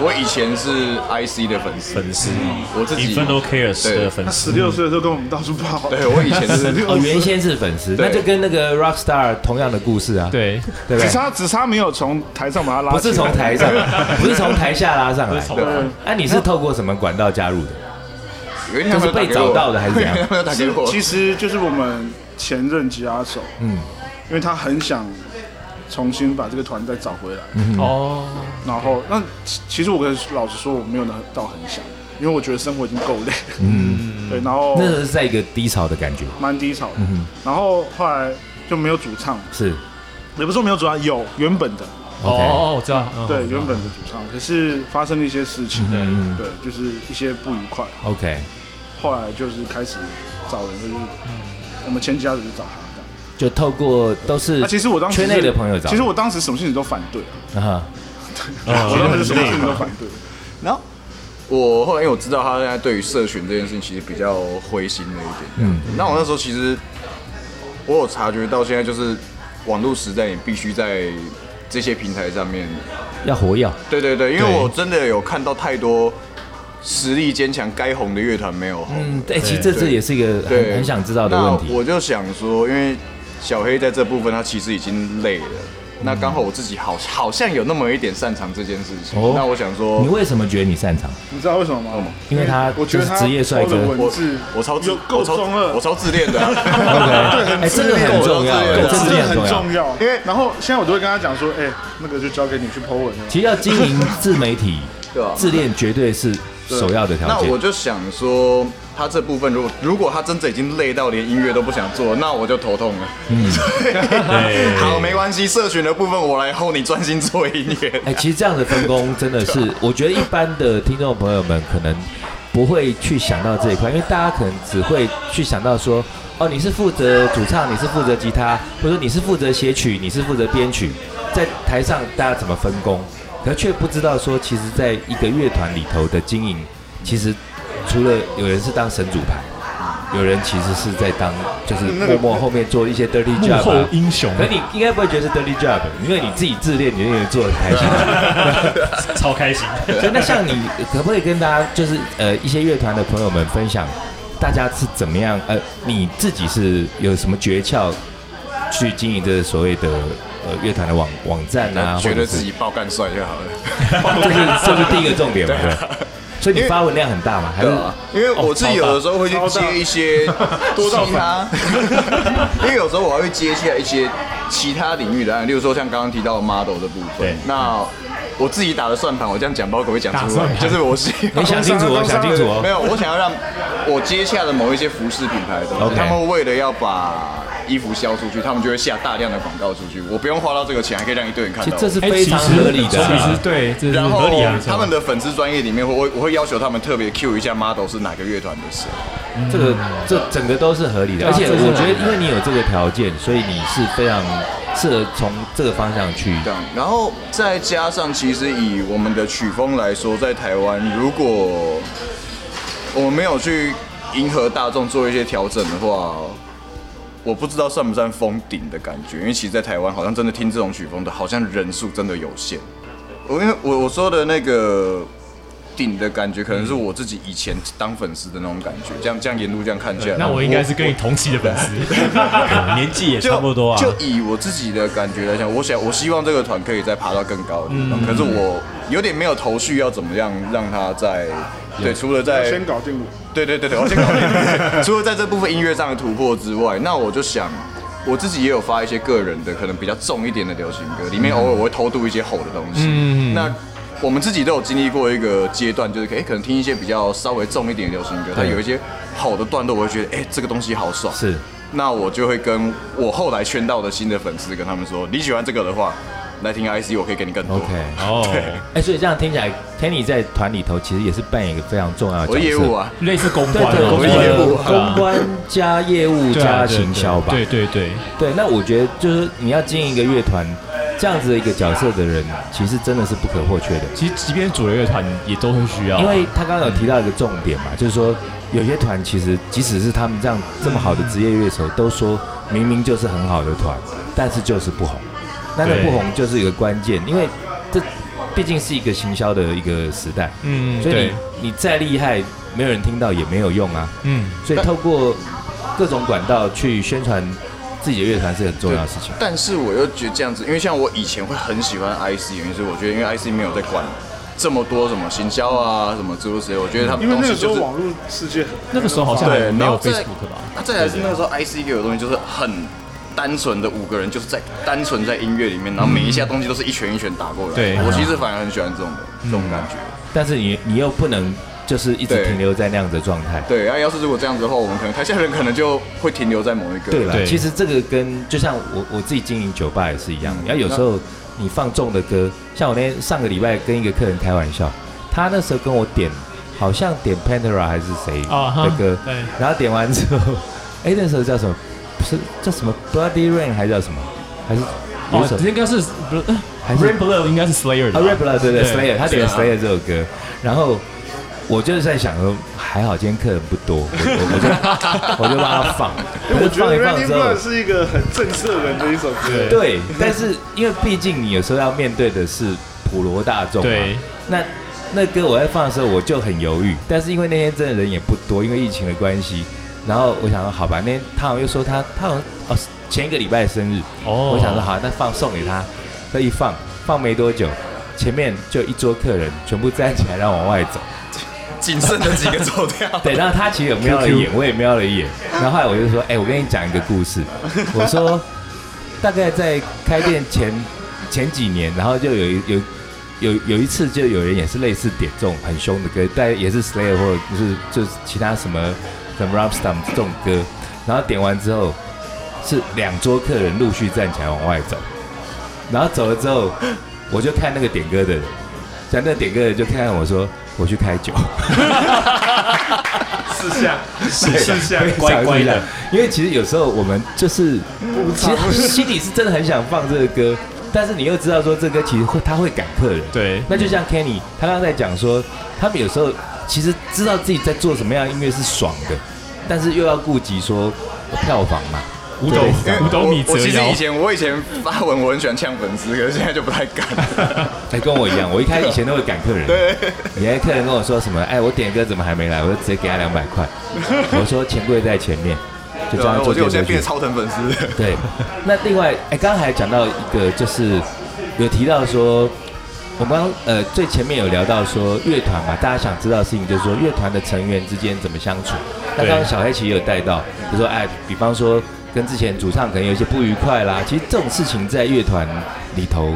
S7: 我以前是 IC 的粉丝，
S2: 粉丝，
S7: 我自己
S2: Inferno Cares 的粉
S6: 十
S2: 丝，
S6: 六岁的时候跟我们到处跑，
S7: 对我以前是
S4: 哦，原先是粉丝，
S7: 对
S4: 那就跟那个 Rockstar 同样的故事啊，
S5: 对，
S4: 对不对？
S6: 只差只差没有从台上把他拉
S4: 不
S6: 起来，
S4: 是从台上， 不是从台下拉上来。
S7: 对，
S4: 那、你是透过什么管道加入的？
S7: 有一天他们有打
S4: 就是被
S7: 给我
S4: 找到的还是怎样
S7: 有 一天他们有打给 我，
S6: 其实就是我们前任吉他手，
S4: 嗯
S6: 嗯，因为他很想重新把这个团再找回来，
S5: 哦，
S6: 然后那其其实我跟老实说，我没有那到很想，因为我觉得生活已经够累，嗯， 对，然后
S4: 那是在一个低潮的感觉，
S6: 蛮低潮的，然后后来就没有主唱，
S4: 是
S6: 也不是说没有主唱，有原本的，
S5: 哦
S4: OK，、
S5: 哦，我知道，嗯
S6: 对，原本的主唱，可是发生了一些事情，
S4: 嗯
S6: 对，就是一些不愉快，
S4: OK，
S6: 后来就是开始找人，就是我们前几家子就找他干。
S4: 就透过都是
S6: 啊那、其实我当时
S4: 圈
S6: 是
S4: 内的朋友找的，
S6: 其实我当时什么事情都反对，
S4: 啊哈、
S7: 哦
S6: 我当时什么事情都反对。
S7: 然后我后来因为我知道他现在对于社群这件事情其实比较灰心了一点，嗯，那我那时候其实我有察觉到现在就是网络时代，你必须在这些平台上面
S4: 要活跃，
S7: 对对对，因为
S4: 对
S7: 我真的有看到太多实力坚强、该红的乐团没有红。
S4: 嗯，对，其实这这也是一个
S7: 对，
S4: 很很想知道的问
S7: 那
S4: 题，
S7: 我就想说，因为小黑在这部分他其实已经累了，那刚好我自己好好像有那么一点擅长这件事情。
S4: 哦
S7: 那我想说
S4: 你，为什么觉得你擅长？
S6: 你知道为什么吗？
S4: 因为他
S6: 我觉得
S4: 就
S6: 他
S4: 是职业帅哥
S6: 偷的文
S7: 我
S6: 字
S7: 嗯我超自
S6: 有够
S7: 我超
S6: 中二
S7: 我超自恋的啊、
S4: 哎，这个很重要，
S7: 对
S4: 哎
S7: 我
S4: 这个
S6: 这
S7: 自
S4: 真
S6: 个
S4: 的很
S6: 很
S4: 重要
S6: 重。要，因为然后现在我都会跟他讲说，哎，那个就交给你去 Po 文了。
S4: 其实要经营自媒体，
S7: 对啊
S4: 自恋绝对是首要的条
S7: 那我
S4: 件。
S7: 就想说，他这部分如果如果他真的已经累到连音乐都不想做，那我就头痛了。 嗯，好，没关系，社群的部分我来后，你专心做音乐。
S4: 哎，其实这样的分工真 的
S5: 啊
S4: 是，我觉得一般的听众朋友们可能不会去想到这一块，因为大家可能只会去想到说，哦，你是负责主唱，你是负责吉他，或者说你是负责写曲，你是负责编曲，在台上大家怎么分工，可却不知道说，其实在一个乐团里头的经营，其实除了有人是当神主牌。有人其实是在当，就是默默后面做一些 dirty
S5: 嗯幕
S4: job，、啊、
S5: 后英雄
S4: 可你应该不会觉得是 dirty job，因为你自己自恋，你就也做得很开 心。
S2: 超开心。
S4: 所以那像你，可不可以跟大家就是呃一些乐团的朋友们分享，大家是怎么样？呃，你自己是有什么诀窍去经营这所谓的呃乐团的网网站啊？
S7: 觉
S4: 或
S7: 得
S4: 者是
S7: 自己爆干帅就好了。
S4: 这是这是第一个重点嘛？对吧。所以你
S7: 因为
S4: 发文量很大嘛？还
S7: 对
S4: 是
S7: 啊，因为我自己有的时候会去接一些 多到他，因为有时候我还会接一些一些其他领域的案，例如说像刚刚提到的 model 的部分
S2: 对。
S7: 那我自己打的算盘，我这样讲不知道可不可以讲出来，就是我是
S4: 你想清楚 哦，想清楚
S7: 没
S4: 哦。
S7: 有，我想要让我接洽的某一些服饰品牌的东西
S4: OK
S7: 他们为了要把衣服销出去，他们就会下大量的广告出去，我不用花到这个钱，还可以让一堆人看
S4: 其
S7: 到
S4: 实
S7: 我。
S4: 这是
S5: 哎，
S4: 非
S5: 其
S4: 常
S5: 实
S4: 合理的啊、
S5: 其实对，这是
S7: 然
S5: 合
S7: 后
S5: 理啊，
S7: 他们的粉丝专业里面，我我会要求他们特别 Q 一下 model 是哪个乐团的谁。
S4: 这个这整个都是合理的，
S5: 对
S4: 而
S5: 啊
S4: 且
S5: 这是
S4: 我觉得，因为你有这个条件，所以你是非常适合从这个方向去。
S7: 对，然后再加上，其实以我们的曲风来说，在台湾，如果我们没有去迎合大众做一些调整的话，我不知道算不算封顶的感觉，因为其实，在台湾好像真的听这种曲风的，好像人数真的有限。我因为我我说的那个顶的感觉，可能是我自己以前当粉丝的那种感觉，这样这样沿路这样看下来，
S5: 那我应该是跟你同期的粉丝，
S2: 年纪也
S7: 就
S2: 差不多啊，
S7: 就以我自己的感觉来讲，我想我希望这个团可以再爬到更高的地方，
S2: 嗯
S7: 可是我有点没有头绪，要怎么样让它在对，除了在
S6: 嗯先搞定我，
S7: 对对对对，我先搞定。 除了在这部分音乐上的突破之外，那我就想。我自己也有发一些个人的，可能比较重一点的流行歌，里面
S2: 嗯
S7: 偶尔我会偷渡一些吼的东西。那我们自己都有经历过一个阶段，就是可以可能听一些比较稍微重一点的流行歌，它
S4: 对
S7: 有一些吼的段落，我会觉得，哎、这个东西好爽。
S4: 是，
S7: 那我就会跟我后来圈到的新的粉丝跟他们说，你喜欢这个的话，来听 IC，我可以给你更多。
S4: OK，
S5: 哦，
S4: 哎、所以这样听起来，Kenny 在团里头其实也是扮演一个非常重要的角
S7: 我
S4: 色。
S7: 的业务，啊，
S5: 类似公
S4: 对
S5: 关
S4: 对，
S5: 啊，
S7: 我
S4: 公
S7: 的业务
S5: 对啊
S4: 关公关加业务
S5: 对啊
S4: 加
S5: 对
S4: 行销吧。
S5: 对对对，
S4: 对，那我觉得就是你要经营一个乐团，这样子的一个角色的人，其实真的是不可或缺的。
S5: 其实即便主流乐团也都很需要，
S4: 因为他刚刚有提到一个重点嘛，就是说有些团其实即使是他们这样这么好的职业乐手，都说明明就是很好的团，但是就是不红。那那
S5: 对
S4: 不红就是一个关键，因为这毕竟是一个行销的一个时代，
S5: 嗯，
S4: 所以
S5: 对，
S4: 你你再厉害，没有人听到也没有用啊。
S5: 嗯，
S4: 所以
S7: 但
S4: 透过各种管道去宣传自己的乐团是很重要的事情。
S7: 但是我又觉得这样子，因为像我以前会很喜欢 IC，原因是我觉得因为 IC 没有在管这么多什么行销啊，什么诸如此类，我觉得他们
S6: 因为
S7: 东
S6: 那
S7: 西
S6: 个时候
S7: 就是。
S6: 网络世界很
S5: 那个时候好像
S7: 对
S5: 还没
S7: 然
S5: 有
S7: 后再
S5: Facebook 吧？
S7: 那再来是那个时候 IC 给我的东西就是很单纯的五个人，就是在单纯在音乐里面，然后每一
S4: 嗯
S7: 下东西都是一拳一拳打过来。
S5: 对
S7: 我其实反而很喜欢这种的这
S4: 嗯
S7: 种感觉。
S4: 但是你你又不能就是一直
S7: 对
S4: 停留在那样子的状态。
S7: 对，啊然后要是如果这样子的话，我们可能台下人可能就会停留在某一个。
S4: 对了，
S5: 对
S4: 其实这个跟就像我我自己经营酒吧也是一
S5: 嗯
S4: 样，然后有时候你放纵的歌，像我那天上个礼拜跟一个客人开玩笑，他那时候跟我点好像点 Pantera 还是谁
S5: 哦
S3: 啊哈
S4: 的歌，
S3: 对
S4: 然后点完之后，哎那时候叫什么？不是叫什么 Bloody Rain 还是叫什么？还是有一首
S5: 哦，应该是不是
S4: 还是
S5: Rain Blue 应该是 Slayer 的
S4: 啊
S5: 吧
S4: r a p p e r 对对
S5: 对
S4: Slayer，他点了
S7: 是啊
S4: Slayer 这首歌，然后我就是在想说，还好今天客人不多，我我我就我就让他放，
S6: 因
S4: 可
S6: 为
S4: 是
S6: 我觉
S4: 放一
S6: 得 r a
S4: 放之
S6: n d y b
S4: 后
S6: l，是一个很震慑人的一首歌。
S4: 对，但是因为毕竟你有时候要面对的是普罗大众嘛，
S5: 对，
S4: 那那歌我在放的时候我就很犹豫，但是因为那天真的人也不多，因为疫情的关系，然后我想说好吧，那天他好像又说他他好像哦前一个礼拜生日，
S5: 哦，
S4: 我想说好，那放送给他，这一放放没多久，前面就一桌客人全部站起来让我往外走，
S7: 仅剩的几个走掉。
S4: 对，然后他其实也瞄了一眼，我也瞄了一眼，然后后来我就说，哎、我跟你讲一个故事，我说大概在开店前前几年，然后就有一有。有有一次，就有人也是类似点这种很凶的歌，但也是 Slayer 或者就是就是其他什么什么 Ramstein 这种歌，然后点完之后，是两桌客人陆续站起来往外走，然后走了之后，我就看那个点歌的人，像那个点歌的人就看看我说我去开酒，
S6: 试下，
S4: 对
S6: 试下
S4: 非，常
S2: 啊乖乖
S4: 是这
S2: 的
S4: 样。因为其实有时候我们就是，其实心里是真的很想放这个歌，但是你又知道说这歌其实会他会赶客人。
S5: 对，
S4: 那就像 Kenny，他刚才讲说，他们有时候其实知道自己在做什么样的音乐是爽的，但是又要顾及说票房嘛。
S5: 五斗
S7: 因 为
S5: 五斗米
S7: 我
S5: 折
S7: 我其实
S5: 腰
S7: 以，前我以前发文我很喜欢呛粉丝，可是现在就不太敢。
S4: 哎，跟我一样，我一开始以前都会赶客人。
S7: 对，
S4: 以前客人跟我说什么，哎，我点歌怎么还没来？我就直接给他两百块，我说钱柜在前面，就叫
S7: 对啊
S4: 他
S7: 我
S4: 坐
S7: 觉得
S4: 电车去
S7: 我现在变得。超疼 粉丝。
S4: 对，那另外，哎，刚才讲到一个，就是有提到说，我们刚呃最前面有聊到说乐团嘛，大家想知道的事情就是说乐团的成员之间怎么相处。那
S5: 对
S4: 刚刚小黑其实有带到，就说哎，比方说跟之前主唱可能有一些不愉快啦，其实这种事情在乐团里头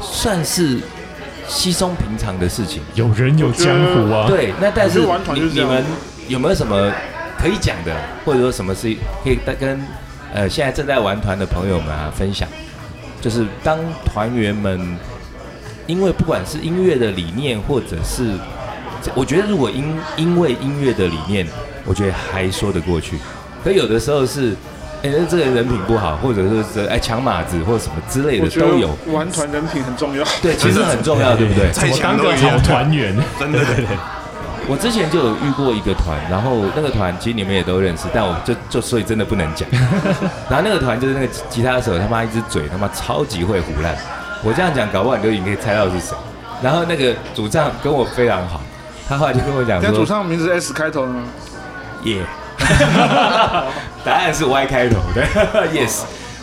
S4: 算是稀松平常的事情。
S5: 有人有江湖啊，
S4: 对，那但是
S6: 我觉得玩团
S4: 你
S6: 就是这
S4: 你
S6: 样
S4: 们有没有什么可以讲的，或者说什么是可以跟跟呃现在正在玩团的朋友们啊分享？就是当团员们，因为不管是音乐的理念，或者是我觉得如果因因为音乐的理念，我觉得还说得过去。可有的时候是，哎、那这个人品不好，或者说是哎抢马子或者什么之类
S6: 我
S4: 的
S6: 觉
S4: 都有。
S6: 得玩团人品很重要。
S4: 对，其实很重要，对不对？
S5: 我当个好团员，
S7: 真的，
S4: 我之前就有遇过一个团，然后那个团其实你们也都认识，但我就就所以真的不能讲。然后那个团就是那个吉他手，他妈一只嘴他妈超级会胡乱，我这样讲，搞不好你就已经可以猜到是谁。然后那个主唱跟我非常好，他后来就跟我讲
S6: 但主
S4: 说，
S6: 唱的名字是 S 开头的吗？
S4: 耶， 答案是 Y 开头的 ，yes，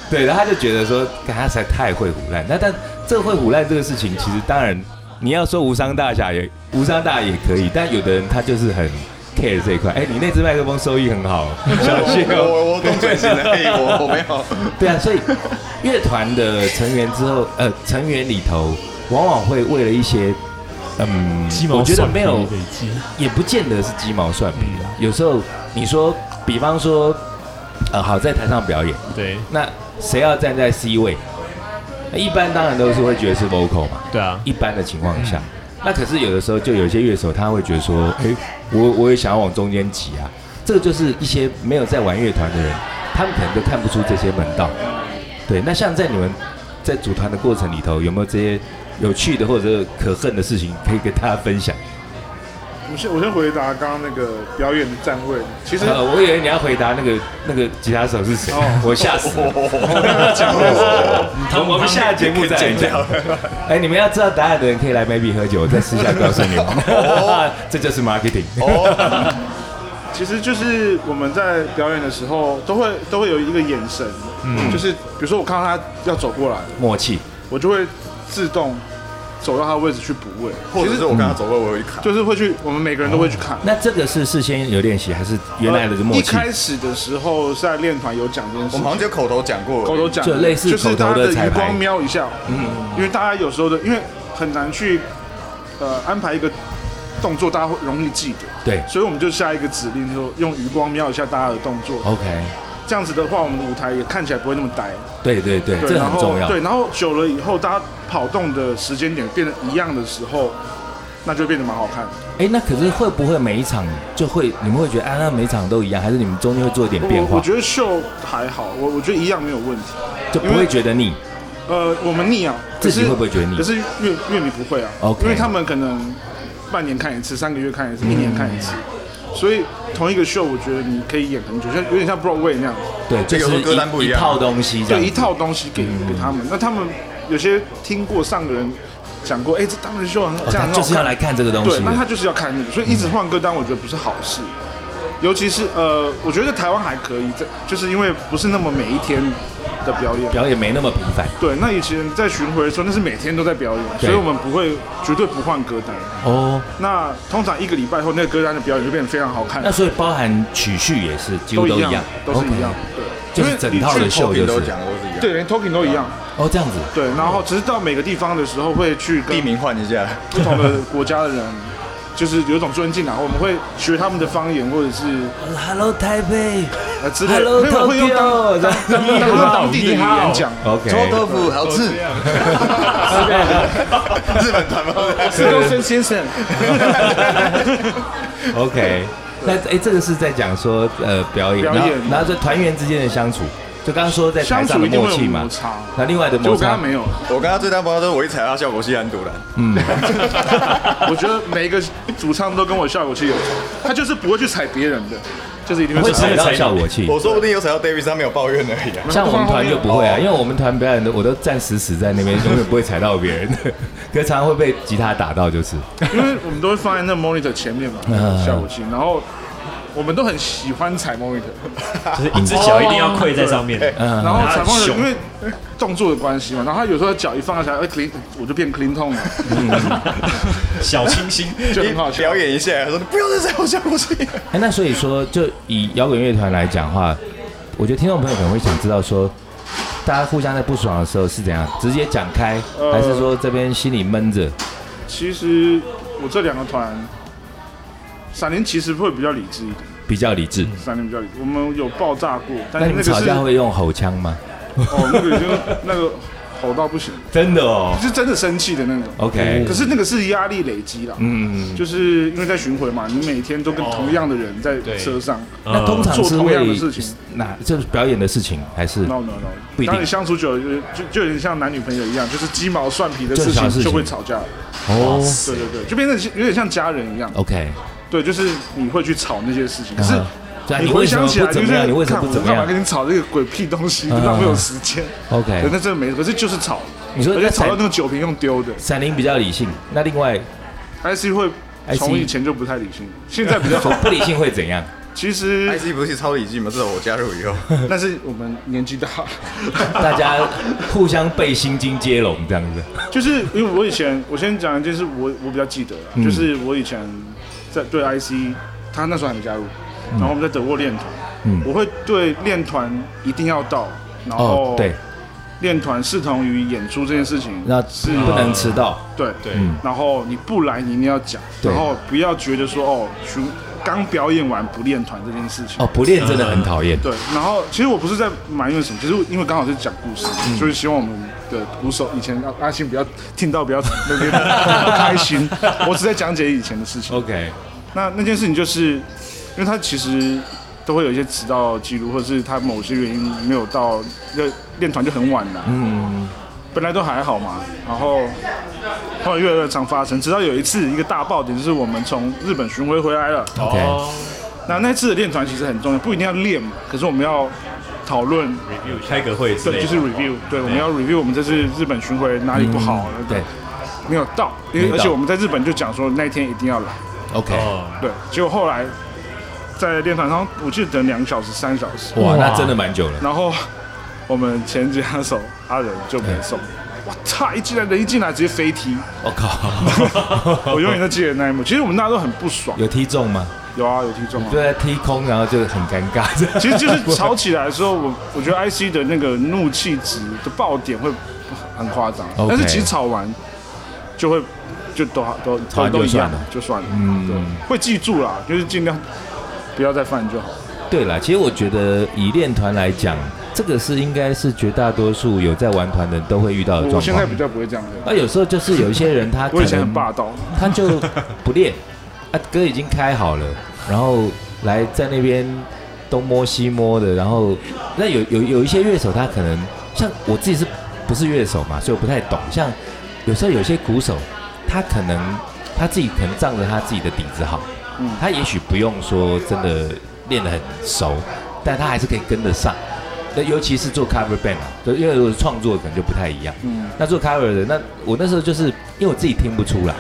S4: 对，然后他就觉得说，干他实在太会胡乱。那但这个会胡乱这个事情，其实当然你要说无伤大雅也无伤大雅也可以，但有的人他就是很 care 这一块。哎，你那只麦克风收益很好，小心
S7: 我
S4: 哦。
S7: 我我动嘴型的，嘿，我我没有。
S4: 对啊，所以乐团的成员之后，呃，成员里头往往会为了一些，嗯，
S5: 鸡毛
S4: 我觉得
S5: 蒜皮
S4: 没有
S5: 累积，
S4: 也不见得是鸡毛蒜皮啦。有时候你说，比方说，呃，好在台上表演，
S5: 对
S4: 那谁要站在 C 位？那一般当然都是会觉得是 vocal 嘛，
S5: 对啊，
S4: 一般的情况下。那可是有的时候就有一些乐手他会觉得说，哎、我我也想要往中间挤啊。这个就是一些没有在玩乐团的人，他们可能就看不出这些门道。对，那像在你们在组团的过程里头，有没有这些有趣的或者可恨的事情可以跟大家分享？
S6: 我先我先回答刚刚那个表演的站位，其实
S4: 呃，我以为你要回答那个那个吉他手是谁，
S6: 哦
S4: 我吓死了。我们下节目再讲。哎，你们要知道答案的人可以来 maybe 喝酒，我再私下告诉你们。
S6: 哦
S4: 这就是 marketing。
S6: 其实就是我们在表演的时候，都会都会有一个眼神，
S4: 嗯
S6: 就是比如说我看到他要走过来，
S4: 默契，
S6: 我就会自动走到他的位置去补位，
S7: 或者是我跟他走过，我会卡。
S6: 就是会去，我们每个人都会去看。
S4: 那这个是事先有练习，还是嗯原来的
S6: 哦一
S4: 默契？
S6: 开始的时候是在练团有讲这件事
S7: 我们好
S6: 情
S7: 像。就口头讲过，
S6: 口头讲，
S4: 就类似
S6: 就是
S4: 口头
S6: 大家
S4: 的
S6: 的
S4: 彩
S6: 余
S4: 排
S6: 光瞄一下，嗯，因为大家有时候的，因为很难去呃安排一个动作，大家会容易记得，
S4: 对
S6: 所以我们就下一个指令，说用余光瞄一下大家的动作，
S4: ，OK，
S6: 这样子的话，我们的舞台也看起来不会那么呆，
S4: 对对对，
S6: 对，
S4: 哎这
S6: 然
S4: 很
S6: 后
S4: 重要。
S6: 对，然后久了以后，大家跑动的时间点变得一样的时候，那就变得蛮好看的。
S4: 哎，那可是会不会每一场就会你们会觉得啊，那每一场都一样，还是你们中间会做一点变
S6: 我我
S4: 化，
S6: 觉得秀还好，我我觉得一样没有问题。
S4: 就不
S6: 因
S4: 会
S6: 为
S4: 觉得腻？
S6: 呃，我们腻啊，可
S4: 自己
S6: 是
S4: 会不会觉得腻
S6: 可是乐乐迷不会啊
S4: OK 嗯
S6: 因为他们可能半年看一次，三个月看一次，一年看一次，所以同一个秀，我觉得你可以演很久，像有点像 Broadway 那样，
S4: 对，就
S7: 有时
S4: 是
S7: 候歌单不
S4: 一
S7: 一
S4: 一
S7: 样
S4: 套东西这
S6: 啊对，一
S4: 样。嗯
S6: 套东西给给他们。那他们有些听过上个人讲过，哎，这他们的秀很好
S4: 哦
S6: 这样
S4: 他
S6: 很好
S4: 就是要来看这个东
S6: 对
S4: 西，的。
S6: 那他就是要看那个，所以一直换歌单，我觉得不是好事。尤其是呃，我觉得台湾还可以，这就是因为不是那么每一天的表演，
S4: 表演没那么频繁。
S6: 对，那以前在巡回的时候，那是每天都在表演，
S4: 对
S6: 所以我们不会绝对不换歌单。
S4: 哦，
S6: 那通常一个礼拜后，那个歌单的表演就变得非常好看
S4: 那，所以包含曲序也是几乎都
S6: 都一
S4: 一
S6: 样
S4: 样，，
S6: 都是
S4: OK
S6: 一样。，
S4: 就
S6: 对，因
S4: 是
S6: 为
S4: 整套的秀
S7: 品
S4: 就
S7: 都
S4: 是
S7: 讲都是一样。
S6: 对，连 talking 都一样。
S4: 哦这样子。
S6: 对，然后只是到每个地方的时候会去
S7: 地
S6: 跟
S7: 名换一下，
S6: 不同的国家的人，就是有一种尊敬啊，我们会学他们的方言或者是
S4: Hello 台北
S6: 呃之类的，
S4: ，Hello
S6: 没有会用当
S4: 东京
S6: 当当地的语言讲。
S7: 臭
S4: ，OK，
S7: 豆腐好吃， 日本团吗？
S6: 是高森先生，
S4: OK，那哎、这个是在讲说呃表演，
S6: 表
S4: 然后
S6: 演
S4: 然后这团员之间的相处，就刚刚说在台
S6: 相
S4: 上
S6: 处
S4: 的
S6: 一定
S4: 默
S6: 会有
S4: 契嘛
S6: 摩。擦，
S4: 那另外的
S6: 就
S4: 摩
S6: 我跟
S4: 擦
S6: 他没有。
S7: 我跟他最大不就是我一踩到效果器很堵然，
S6: 我觉得每一个主唱都跟我效果器有仇，他就是不会去踩别人的，就是一定
S4: 会
S6: 会
S4: 踩
S6: 踩。
S4: 到效果器。
S7: 我说不定有踩到 David，他没有抱怨而已啊。
S4: 像我们团就不会啊，因为我们团表演的我都站死死在那边， 永远不会踩到别人， 可是常常会被吉他打到，就是。
S6: 因为我们都会放在那 monitor 前面嘛，效果器，然后我们都很喜欢踩 monitor，
S2: 就是一只脚一定要跪在上面。嗯
S6: 然后踩
S2: 他很
S6: monitor
S2: 凶
S6: 因为动作的关系嘛，然后他有时候脚一放下来，哎 clean 我就变 clean 痛了，嗯
S2: 小清新，
S6: 就 很好
S7: 你
S6: 笑
S7: 表。演一下，他说不要再踩我效果器。
S4: 哎，那所以说，就以摇滚乐团来讲的话，我觉得听众朋友可能会想知道说，大家互相在不爽的时候是怎样，直接讲开，
S6: 呃
S4: 还是说这边心里闷着？
S6: 其实我这两个团，闪灵其实会比较理智一点，
S4: 比较理智。
S6: 闪灵比较理智，我们有爆炸过，但
S4: 那你
S6: 是嗯
S4: 们
S6: 那个
S4: 吵
S6: 是
S4: 架会用吼腔吗？
S6: 哦那个已经那个吼到不行，
S4: 真的哦。
S6: 是真的生气的那种。
S4: OK，
S6: 可是那个是压力累积啦，
S4: 嗯，
S6: 就是因为在巡回嘛，你每天都跟同样的人在车上
S4: 那通常
S6: 嗯做
S4: 是
S6: 同样的
S4: 会
S6: 事情。哦
S4: 哪就是表演的事情，还是
S6: no no no，
S4: 不一定
S6: 当你相处久了，就就就有点像男女朋友一样，就是鸡毛蒜皮的事
S4: 就小事
S6: 情
S4: 情
S6: 就会吵架。
S4: 哦
S6: 对对对，就变成有点像家人一样。
S4: ？OK，
S6: 对，就是你会去吵那些事情，可是
S4: 哦啊对啊
S6: 你
S4: 你
S6: 哎回
S4: 为什么
S6: 想起来
S4: 不
S6: 就
S4: 怎
S6: 是
S4: 么样？你为什么
S6: 看
S4: 不
S6: 我
S4: 怎么
S6: 干嘛
S4: 样
S6: 跟你吵这个鬼屁东西，
S4: 嗯
S6: 浪费我时间。对，
S4: ？OK，
S6: 那真的没，可是就是吵，
S4: 你说
S6: 而
S4: 那
S6: 且吵到
S4: 闪
S6: 那个酒瓶用丢的
S4: 闪灵比较理性，那另外
S6: ，IC 会
S4: IC
S6: 从以前就不太理性，现在比较好。
S4: 不理性会怎样？
S6: 其实
S7: IC 不是超理智吗？自从我加入 以后，
S6: 但是我们年纪大，
S4: 大家互相被心经接拢这样子。
S6: 就是因为我以前，我先讲一件事，我我比较记得啦，
S4: 嗯
S6: 就是我以前在对 IC，他那时候还没加入，然后我们在德国练团，
S4: 嗯
S6: 我会对练团一定要到，然
S4: 哦
S6: 后，
S4: 对，
S6: 练团视同于演出这件事情，
S4: 那
S6: 是
S4: 不能迟到。
S6: 对
S2: 对
S4: 嗯
S6: 然后你不来你一定要讲，
S4: 对
S6: 然后不要觉得说哦，巡刚表演完不练团这件事情
S4: 哦，，不练真的很讨厌。
S6: 对，然后其实我不是在埋怨什么，只是因为刚好是讲故事，
S4: 嗯
S6: 就是希望我们的鼓手以前阿阿信不要听到不要 那边不开心，我只在讲解以前的事情。
S4: OK，
S6: 那那件事情就是，因为他其实都会有一些迟到记录，或者是他某些原因没有到，那练团就很晚了。
S4: 嗯，
S6: 本来都还好嘛，然后后来越来越常发生，直到有一次一个大爆点，就是我们从日本巡回回来了，
S4: OK，
S6: 那那次的练团其实很重要，不一定要练嘛，可是我们要讨论，
S2: review 开个会之类
S6: 对，
S2: 的，
S6: 就是 review，对，我们要 review 我们这次日本巡回哪里不好，
S4: 嗯对
S6: 没有到，因为
S4: 没
S6: 而
S4: 到
S6: 且我们在日本就讲说那一天一定要来，
S4: ，OK，
S6: 对，结果后来在练团上，我记得等两个小时、三小时，
S4: 哇，那真的蛮久了，
S6: 然后我们前吉他手阿仁就没送，我操！一进来人一进来直接飞 踢，
S4: 我靠，
S6: 我永远都记得那一幕。其实我们大家都很不爽，
S4: 有踢中吗？
S6: 有啊，有踢中啊
S4: 就。在踢空，然后就很尴尬。
S6: 其实就是吵起来的时候，我我觉得 IC 的那个怒气值的爆点会很夸张，
S4: OK
S6: 但是其实吵完就会就都好都
S4: 吵
S6: 都
S4: 完
S6: 都
S4: 就
S6: 一
S4: 算
S6: 样
S4: 了，
S6: 就算了。
S4: 嗯
S6: 对，会记住啦，就是尽量不要再犯就好。
S4: 对啦，其实我觉得以练团来讲，这个是应该是绝大多数有在玩团的人都会遇到的
S6: 我
S4: 状
S6: 现在
S4: 况
S6: 比。较不会这样子，
S4: 那有时候就是有一些人他
S6: 我
S4: 可
S6: 以前很霸
S4: 能
S6: 道，
S4: 他就不练， 啊歌已经开好了，然后来在那边东摸西摸的，然后 那有有有一些乐手他可能像我自己是不是乐手嘛，所以我不太懂。像有时候有些鼓手，他可能他自己可能仗着他自己的底子好，
S6: 嗯
S4: 他也许不用说真的练得很熟，但他还是可以跟得上。那尤其是做 cover band 啊，就因为我创作可能就不太一样。
S6: 嗯，
S4: 那做 cover 的，那我那时候就是因为我自己听不出来，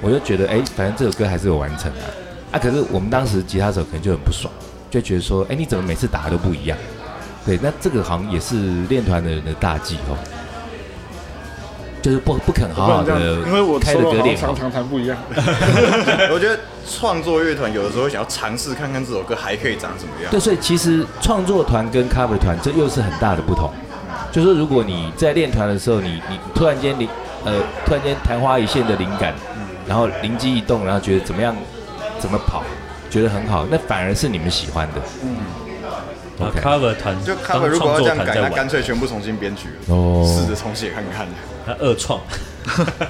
S4: 我就觉得哎、反正这首歌还是有完成啊。啊，可是我们当时吉他手可能就很不爽，就觉得说，哎、你怎么每次打的都不一样？对，那这个好像也是练团的人的大忌哦，就是不不肯好
S6: 不
S4: 好
S6: 能这样
S4: 的
S6: 子，因为我
S4: 啊开的
S6: solo
S4: 歌
S6: 好像
S4: 练好
S6: 常。常弹不一样。
S7: 我觉得创作乐团有的时候会想要尝试看看这首歌还可以长什么样
S4: 对，。所以其实创作团跟 cover 团这又是很大的不同。就是如果你在练团的时候，你你突然间灵呃突然间昙花一现的灵感，然后灵机一动，然后觉得怎么样怎么跑，觉得很好，那反而是你们喜欢的。
S2: 啊
S4: OK
S2: cover 团
S7: 就
S2: 当
S7: cover 如果
S2: 创
S7: 要这
S2: 作
S7: 样
S2: 团
S7: 改，
S2: 在
S7: 那
S2: 玩
S7: 干，脆全部重新编曲，
S4: 哦
S7: 试着重写看看。
S2: 他二创，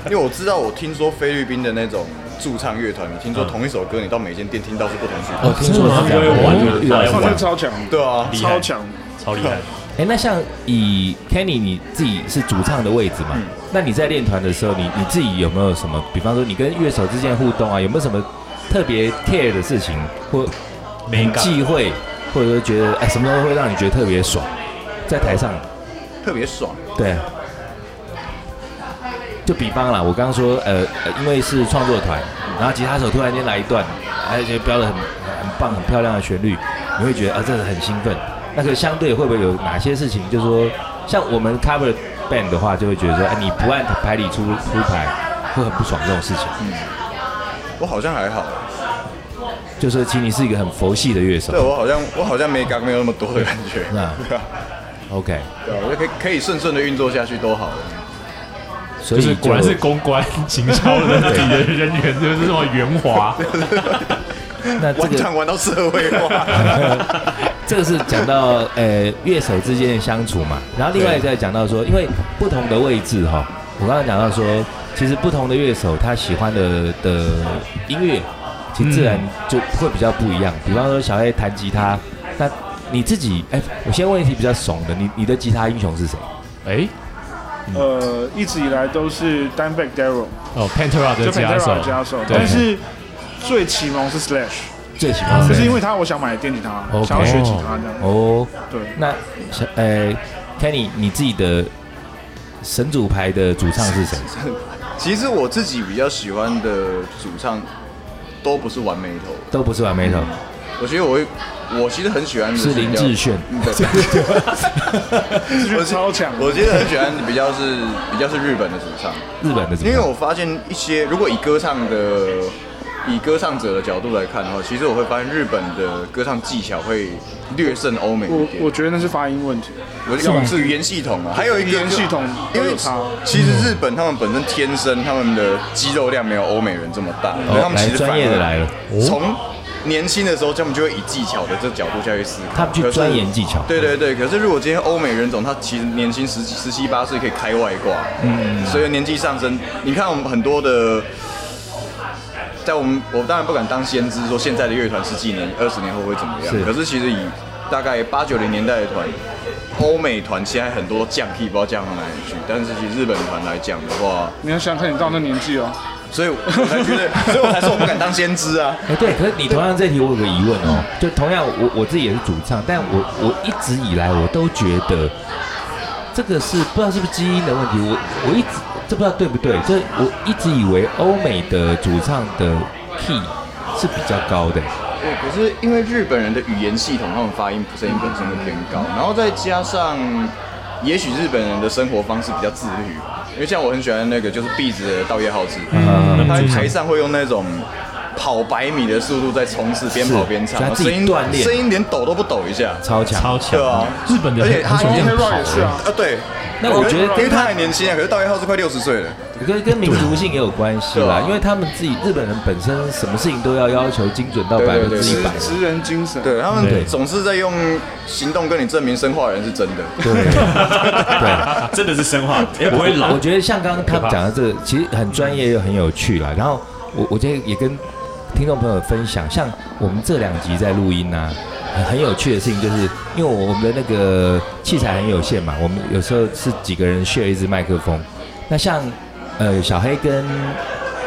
S7: 因为我知道，我听说菲律宾的那种驻唱乐团，你听说同一首歌，你到每间店听到是不同曲
S4: 哦
S7: 风。，
S4: 听说是这
S2: 真的吗
S4: 样，
S2: 我
S4: 遇到
S2: 我
S4: 是
S6: 上
S4: 这
S6: 次
S4: 样。
S6: 超强，
S7: 对啊，
S2: 厉害
S6: 超，强。
S2: 超厉害。
S4: 哎，那像以 Kenny 你自己是主唱的位置嘛？那你在练团的时候，你你自己有没有什么，比方说你跟乐手之间的互动啊，有没有什么特别 care 的事情或
S2: 美
S4: 很
S2: 感
S4: 忌讳，或者说觉得哎什么时候会让你觉得特别爽，在台上？
S7: 特别爽。
S4: 对。就比方啦，我刚刚说，呃，呃因为是创作团，然后吉他手突然间来一段，哎而且标的很很棒、很漂亮的旋律，你会觉得啊，这个很兴奋。那个相对会不会有哪些事情，就是说，像我们 cover band 的话，就会觉得说，哎、你不按牌理出出牌，会很不爽这种事情。
S7: 我好像还好，
S4: 就是其实你是一个很佛系的乐手
S7: 对，我好像我好像没刚没有那么多的感觉。
S4: 是啊
S7: 对啊，
S4: ，OK，
S7: 对啊，我就可以可以顺顺的运作下去都好了。
S4: 所
S5: 就
S4: 以
S5: 是
S4: 就
S5: 果然是公关行销的自己的人员就是这么圆滑，
S4: 那这
S7: 玩
S4: 个
S7: 团玩到社会化，
S4: 这个是讲到 呃乐手之间的相处嘛，然后另外再讲到说，因为不同的位置哈、我刚刚讲到说，其实不同的乐手他喜欢的的音乐，其实自然就会比较不一样。比方说小黑弹吉他，那你自己哎，我先问一题比较怂的，你你的吉他英雄是谁？
S5: 哎，
S6: 呃，一直以来都是 d a n b a c k Daryl，
S5: 哦，Pantera
S6: 就
S5: 的
S6: p
S5: 吉
S6: a n
S5: 他
S6: d e
S5: 手
S6: r a 加手，
S5: 对
S6: 但是最启蒙是 Slash，
S4: 最喜欢
S6: 可
S4: 谁？
S7: 啊
S6: 是因为他我想买电吉他，
S4: OK
S6: 想要学吉他这样。
S4: 哦，
S6: 对，
S4: 那小呃 Kenny 你自己的神主牌的主唱是谁？
S7: 其实我自己比较喜欢的主唱都不是完美头，
S4: 都不是完美手，
S7: 我觉得我会，我其实很喜欢的
S4: 是林志炫
S7: 比较。嗯对
S6: 这就
S7: 我
S6: 是超强。
S7: 我其实很喜欢比较是比较是日本的主唱，
S4: 日本的主唱。
S7: 因为我发现一些如果以歌唱的以歌唱者的角度来看的话，其实我会发现日本的歌唱技巧会略胜欧美一
S6: 我
S7: 点。
S6: 我觉得那是发音问题，
S7: 我
S4: 吗
S7: 是语言系统啊，还有一个
S6: 语言系统
S7: 因
S6: 都
S7: 为
S6: 有差
S7: 其实日本他们本身天生他们的肌肉量没有欧美人这么大，所以他们
S4: 哦来
S7: 其实反而
S4: 专业的来了，哦
S7: 从年轻的时候，他们就会以技巧的这角度下去思考，
S4: 他们去
S7: 可是
S4: 钻研技巧
S7: 对对对，可是如果今天欧美人种，他其实年轻十几、十七八岁可以开外挂，嗯，随着年纪上升，你看我们很多的。在我们，我当然不敢当先知，说现在的乐团十几年、二十年后会怎么样。
S4: 是
S7: 可是其实以大概八九零年代的团，欧美团现在很多降 key 不知道降到哪里去，但是其实日本团来讲的话，
S6: 你要想想看你到那年纪哦，
S7: 所以我才觉得，所以我才说我不敢当先知啊。
S4: 哎，对，可是你同样这题我有个疑问哦，就同样我我自己也是主唱，但我我一直以来我都觉得这个是不知道是不是基因的问题，我我一直这不知道对不对，这我一直以为欧美的主唱的 key 是比较高的，
S7: 对，可是因为日本人的语言系统，他们发音声音本身会偏高，然后再加上，也许日本人的生活方式比较自律吧，因为像我很喜欢那个就是壁纸的道叶浩志，
S4: 嗯
S7: 他在台上会用那种。跑百米的速度在冲刺，边跑边
S4: 是
S7: 唱，
S4: 所以他自己
S7: 声音
S4: 锻炼
S7: 声音连抖都不抖一下，
S4: 超强。
S5: 超强
S7: 对啊，
S5: 日本的
S7: 而且他
S5: 很喜欢这样
S6: OK
S5: 跑
S6: Rock 哎也是啊，
S7: 啊对。
S4: 那我觉得
S7: 因为他还年轻啊，可是道叶浩志快六十岁了，
S4: 跟跟民族性也有关系
S7: 对
S4: 啦
S7: 啊，
S4: 因为他们自己日本人本身什么事情都要要求精准到
S7: 对
S4: 百
S7: 对
S4: 分
S7: 对
S4: 之一百，
S6: 职人精神。
S7: 对他
S4: 对
S7: 们总是在用行动跟你证明生化人是真的。
S4: 对 对。
S2: 真的是生化，也 不会
S4: 我
S2: 老
S4: 我。觉得像刚刚他们讲的这个，其实很专业又很有趣啦。然后我我今天也跟听众朋友分享，像我们这两集在录音啊，很很有趣的事情就是，因为我们的那个器材很有限嘛，我们有时候是几个人 share 一支麦克风。那像呃小黑跟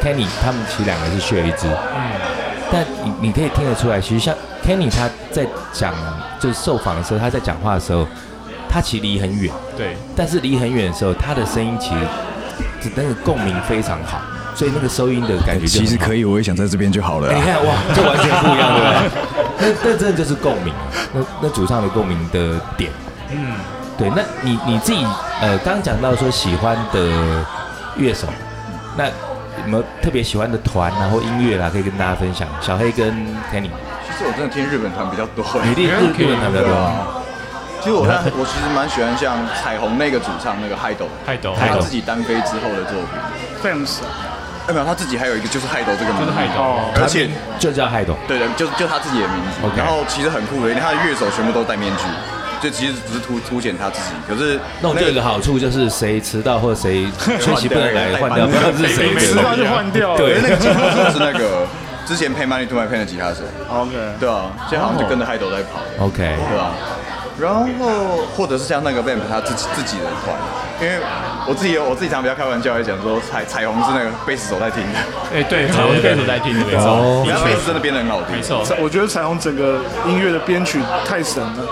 S4: Kenny 他们其实两个是 share 一支，但你你可以听得出来，其实像 Kenny 他在讲就是受访的时候，他在讲话的时候，他其实离很远。
S3: 对，
S4: 但是离很远的时候，他的声音其实那个共鸣非常好，所以那个收音的
S7: 哎
S4: 感觉哎就很好
S7: 以，啊我也想在这边就好了
S4: 哎你看哇，这完全不一样，对吧？那那真的就是共鸣，啊那那主唱的共鸣的点，嗯，对。那你你自己呃，刚讲到说喜欢的乐手，那有没有特别喜欢的团啊或音乐啦、可以跟大家分享？小黑跟 Kenny，
S7: 其实我真的听日本团比较多，
S4: 女力日日本团比较
S7: 对
S4: 多啊，
S7: 啊。其实我看我其实蛮喜欢像彩虹那个主唱那个海斗，
S3: 太陡，
S4: 太
S7: 他
S4: 斗
S7: 自己单飞之后的作品。
S6: Fans，啊
S7: 哎，没有，他自己还有一个就是海斗这个名字，
S3: 就是海斗
S6: 哦
S7: 而且
S4: 就叫海斗，
S7: 对对，就就他自己的名字。
S4: OK
S7: 然后其实很酷的，因为他的乐手全部都戴面具，就其实只是凸凸显他自己。可是
S4: 那我就有一个好处，就是谁迟到或谁缺席不能来换掉，不知道是谁
S6: 吃
S4: 的。
S6: 饭就 换掉了。
S7: 对，那个吉他手是那个之前配《Money to My Pen》的吉他手，
S6: ，OK。
S7: 对啊，现在好像就跟着海斗在跑，
S4: OK，
S7: 对吧、然后或者是像那个 Vamp 他自己自己的团，因为我自己有我自己常比较开玩笑在讲说彩彩虹是那个贝斯手在听的，
S3: 哎，对，我是贝斯手在听，没错，
S4: 哦，
S7: 因为他贝斯真的编得很好听，
S3: 没，错，
S6: 我觉得彩虹整个音乐的编曲太神了，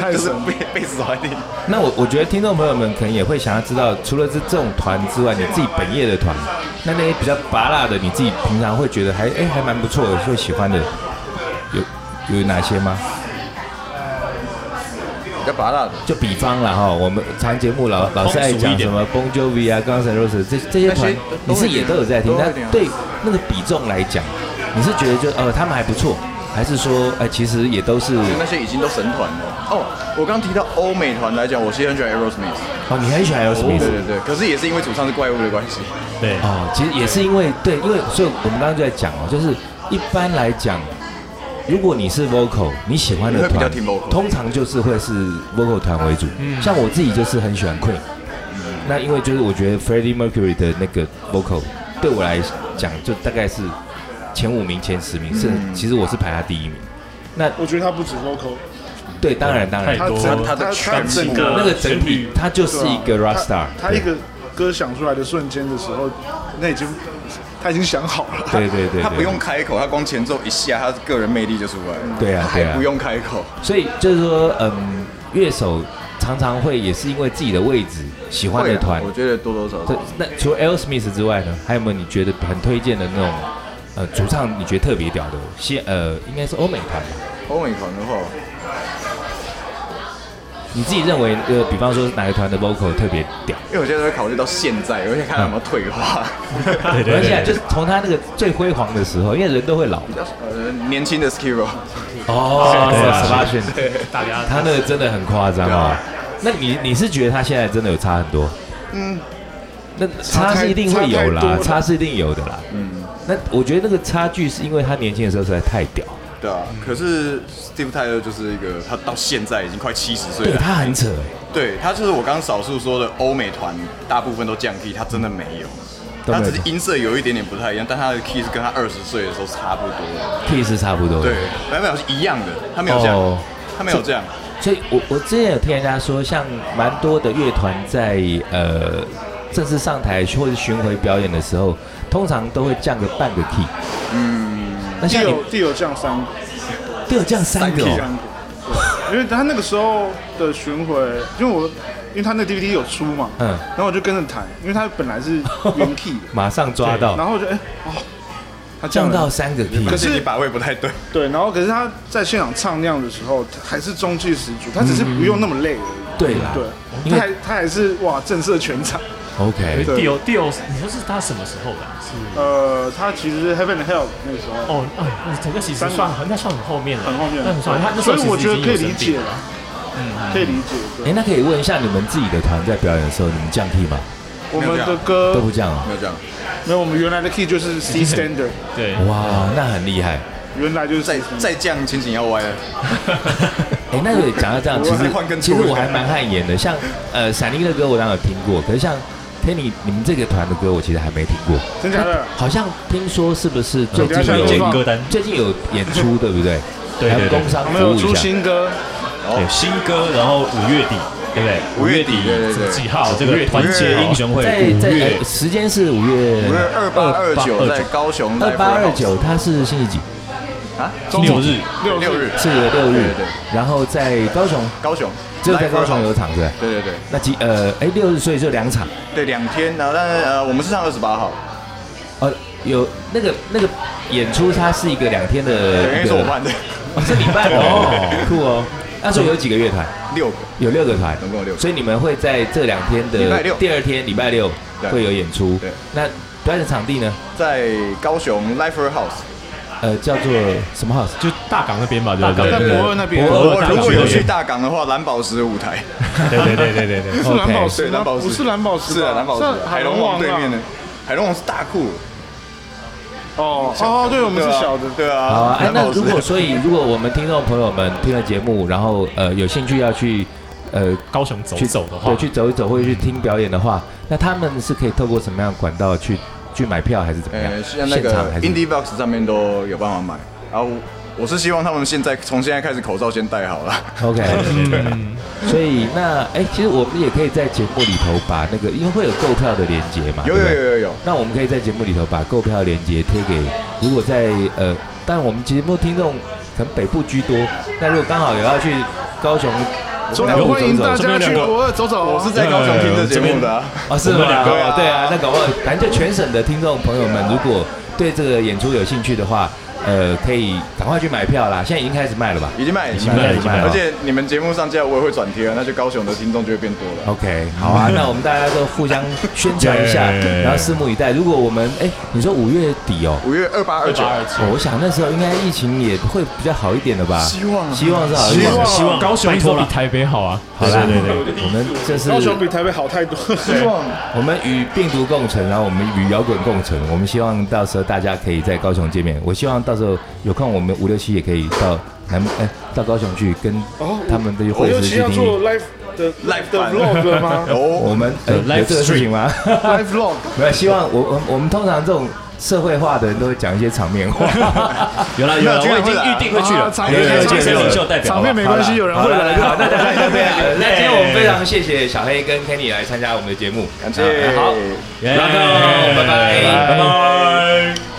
S6: 太
S7: 就是
S6: 神了。
S7: 贝贝斯手在听。
S4: 那我我觉得听众朋友们可能也会想要知道，除了这这种团之外，你自己本业的团，那那些比较拔辣的，你自己平常会觉得还哎、还蛮不错的，会喜欢的，有有哪些吗？
S7: 要拔蜡的，
S4: 就比方啦哈，我们常节目老老是爱讲什么 Bon Jovi 啊、Guns N' Roses 这这些团
S7: 那些，
S4: 你是也都有在听，
S7: 都会
S4: 但
S7: 听啊
S4: 对那个比重来讲，你是觉得就呃他们还不错，还是说哎其实也都是
S7: 那些已经都神团了。哦，我刚提到欧美团来讲，我其实很喜欢 Aerosmith，
S4: 哦你很喜欢 Aerosmith？
S7: 对对对，可是也是因为主唱是怪物的关系，
S2: 对，
S4: 哦，其实也是因为对，因为所以我们刚刚就在讲哦，就是一般来讲，如果你是 vocal，你喜欢的
S7: 你会比较
S4: 团
S7: 听 vocal，
S4: 通常就是会是 vocal 团为主。像我自己就是很喜欢 Queen，那
S7: 嗯
S4: 因为就是我觉得 Freddie Mercury 的那个 vocal 对我来讲就大概是前五名、前十名，甚
S7: 嗯
S4: 至其实我是排他第一名。
S6: 我觉得他不止 vocal，
S4: 对，当然当然
S3: 太，
S6: 他
S3: 多
S6: 整
S7: 他的
S6: 他
S7: 全
S6: 整
S7: 部
S6: 个
S4: 那个整
S3: 旋
S4: 体
S3: 律
S4: 它就是
S7: 啊
S4: 一个 rock star，
S6: 他他一个歌想出来的瞬间的时候，那已经他已经想好了。
S4: 对对对对，
S7: 他不用开口，他光前奏一下，他个人魅力就出来了。
S4: 对啊对
S7: 还
S4: 啊
S7: 不用开口，
S4: 所以就是说，嗯，乐手常常会也是因为自己的位置喜欢的团
S7: 会啊。我觉得多多少
S4: 这
S7: 少。
S4: 那除了 L Smith 之外呢，还有没有你觉得很推荐的那种，呃，主唱你觉得特别屌的？先呃，应该是欧美团吧？
S7: 欧美团的话，
S4: 你自己认为呃，比方说哪个团的 vocal 特别屌？
S7: 因为我现在会考虑到现在，我想看他有没有退化。
S2: 对
S4: 而
S2: 对
S4: 且啊
S2: 对，
S4: 就是从他那个最辉煌的时候，因为人都会老
S7: 比较呃年轻的 Skiro，
S4: 哦
S3: 对啊
S4: 十八岁，
S3: 大家
S4: 他那个真的很夸张
S7: 对
S4: 啊
S7: 啊。
S4: 那你你是觉得他现在真的有差很多？
S7: 嗯，
S4: 那差是一定会有啦
S6: 差太多，了
S4: 差是一定有的啦。
S7: 嗯，
S4: 那我觉得那个差距是因为他年轻的时候实在太屌，
S7: 对啊。可是 Steve Tyler 就是一个，他到现在已经快七十岁
S4: 对
S7: 了，
S4: 他很扯哎，
S7: 对他就是我刚刚少数说的欧美团，大部分都降 key，他真的没有。
S4: 都没
S7: 他
S4: 有
S7: 只是音色有一点点不太一样，但他的 key 是跟他二十岁的时候差不多的。
S4: ，T 是差不多的。
S7: 对，没有没有是一样的，他没有降。
S4: 哦
S7: 他没有这样，
S4: 所以我我之前有听人家说，像蛮多的乐团在呃正式上台或者巡回表演的时候，通常都会降个半个 key。嗯，那
S6: 地
S4: 像你
S6: 有地有降三个，
S4: 都有降三个、
S6: 降
S4: 哦，
S6: 三个，对，因为他那个时候的巡回，因为我因为他那 DVD 有出嘛，
S4: 嗯，
S6: 然后我就跟着弹，因为他本来是原 key 的，
S4: 马上抓到
S6: 然后我就哎、哦，他降
S4: 降
S6: 了
S4: 到三个 key，
S6: 可
S7: 可是你
S6: 是
S7: 把位不太对。
S6: 对，然后可是他在现场唱那样的时候，他还是中气十足，他只是不用那么累而已。
S4: 对啦，
S6: 对，
S4: 因
S6: 他
S4: 为
S6: 还他还是哇震慑全场。
S4: OK，
S6: 对
S5: d i o d i o 你说是他什么时候的啊？是
S6: 呃，他其实是 Heaven and Hell 那时候
S5: 哦，哎，那整个其实
S6: 三个
S5: 算很那算很后面了，
S6: 很后面
S5: 那很算他那时
S6: 所
S5: 候
S6: 以
S5: 其实
S6: 我觉得
S5: 已
S6: 可
S5: 经
S6: 以
S5: 有
S6: 理
S5: 生病
S6: 解
S5: 了
S6: 了，可以理解。
S4: 哎、
S6: 对，
S4: 那可以问一下你们自己的团在表演的时候，你们降 key 吗？
S6: 我们
S7: 没有这
S6: 的
S7: 样
S4: 都
S6: 歌
S4: 不降啊、
S7: 没有这样，
S6: 没有，我们原来的 key 就是 C standard，
S5: 对，
S4: 哇，那很厉害。
S6: 原来就是
S7: 再
S6: C standard
S7: 再降，琴颈要歪了。
S4: 哎、那个讲到这样，其实
S7: 我换根
S4: 其
S7: 粗
S4: 实
S7: 的
S4: 我还蛮汗颜的。像呃，闪灵的歌我当然有听过，可是像 Kenny 你们这个团的歌，我其实还没听过。
S6: 真假的？
S4: 好像听说是不是最近
S6: 我等一下
S4: 有
S6: 下去
S2: 建
S6: 放
S2: 歌单，
S4: 最近有演出，对不对？
S2: 对
S4: 还有
S2: 对对
S4: 工，商
S6: 我们
S4: 服
S6: 有
S4: 务
S6: 出
S4: 一下。
S6: 新歌，
S2: 对新歌，然后五月底，对不对？
S7: 五月底对对
S2: 什么
S7: 对
S2: 几号？这个团结英雄会
S4: 在
S2: 五
S4: 在
S2: 月
S4: 呃时间是五月
S7: 五月二八二九在高雄
S4: 二八二
S7: Live
S4: 九，它是星期几？
S7: 啊，
S2: 六日，
S7: 六六日
S4: 是六日
S7: 对对。
S4: 然后在高雄，
S7: 高雄，
S4: 只有在高雄
S7: Live
S4: 有场对不对。
S7: 对对对
S4: 那几呃哎六日，所以就两场。
S7: 对，两天，然后但是呃，我们是上二十八号，
S4: 呃，有那个那个演出，它是一个两天的一
S7: 对，因为是
S4: 个，
S7: 我办的，
S4: 哦是你办 的哦，酷哦。那时候有几个乐团？
S7: 六个，
S4: 有六个团，
S7: 总共有六个
S4: 所以你们会在这两天的
S7: 礼拜六
S4: 第二天礼拜六
S7: 对
S4: 会有演出。
S7: 对，
S4: 那表演场地呢？
S7: 在高雄 Lifer House。
S4: 呃，叫做什么 house？
S5: 就大港那边吧，对不
S6: 在
S5: 对？
S6: 博二那边，
S5: 博二
S7: 我
S5: 大港
S7: 如果有
S5: 那
S7: 去
S5: 边，
S7: 大港的话，蓝宝石舞台，
S2: 对对对对对对。
S6: 不是蓝宝石
S7: 对，
S6: 吗
S7: 蓝宝石
S6: 不是蓝宝石吧，
S7: 是啊蓝宝
S6: 是
S7: 石，海龙王
S6: 啊
S7: 对面的。海龙王是大库，
S6: 哦哦，对，我们是
S7: 啊
S6: 小的，
S7: 对
S4: 好啊
S7: 啊，。
S4: 哎，
S7: 蓝
S4: 那
S7: 宝石
S4: 如 果所以如果我们听众朋友们听了节目，然后呃有兴趣要去呃
S5: 高雄走
S4: 去
S5: 走的话
S4: 对，，去走一走或者去听表演的话，那他们是可以透过什么样的管道去去买票还是怎么样
S7: 呃，？像那
S4: 现
S7: 个
S4: 场还是
S7: Indie Box 上面都有办法买。然后我我是希望他们现在从现在开始口罩先戴好了。
S4: OK，所
S5: 嗯
S4: 以那哎、其实我们也可以在节目里头把那个，因为会有购票的链接嘛，
S7: 有
S4: 对
S7: 有
S4: 不对
S7: 有有有，
S4: 那我们可以在节目里头把购票链接贴给，如果在呃，但我们节目听众可能北部居多，那如果刚好有要去高雄
S6: 中
S4: 南
S6: 南
S4: 部
S6: 欢迎
S4: 走
S6: 大
S4: 走
S6: 家去博二走走哦。
S7: 我是在高雄听这节目的啊。
S4: 哦，是吗？
S7: 个
S4: 哦
S7: 啊
S4: 对啊，那搞不好，反正就全省的听众朋友们，如果对这个演出有兴趣的话，呃，可以赶快去买票啦，现在已经开始卖了吧
S7: 已经卖，已经
S4: 卖了
S7: 卖，
S4: 已经卖了
S7: 而且你们节目上架，我也会转贴啊，那就高雄的听众就会变多了。
S4: ？OK，好啊，那我们大家都互相宣传一下，
S5: 对
S4: 然后拭目以待。如果我们哎，你说五月底哦，
S7: 五月二八二九，
S4: 哦我想那时候应该疫情也会比较好一点的吧？
S7: 希望啊
S4: 希望是好一点的。
S5: 希望高雄脱离台北好啊！
S4: 好啦，
S5: 对对
S4: 我们这是
S6: 高雄比台北好太多。
S7: 希望
S4: 我们与病毒共存，然后我们与摇滚共存。我们希望到时候大家可以在高雄见面。我希望到时候有空，我们五六七也可以到南哎、到高雄去跟他们的
S6: 哦我
S4: 会师
S6: 尤其
S4: 去
S6: 要
S4: 听
S6: 做
S4: 音。
S6: live 的
S7: Live
S6: 的
S7: 版
S6: vlog 了吗
S4: 我
S7: 哦，
S4: 们哎、
S2: 呃
S4: 有这个
S2: live
S4: 事情吗？
S6: ？live vlog
S4: 没有，希望我我我们通常这种社会化的人都会讲一些场 面话。
S2: 有啦有啦，我已经预定会去了，
S6: 场
S2: 有
S6: 面
S2: 有有有有领袖代表
S6: 场，面没关系，有人
S4: 好
S6: 会
S4: 了，
S6: 来
S4: 好，
S6: 的。
S4: 那大家就这 样。那今天我们非常谢谢小黑跟 Kenny 来参加我们的节目，
S7: 感谢
S4: 好，
S7: 好。
S2: 耶
S4: 然后拜拜
S2: 拜拜。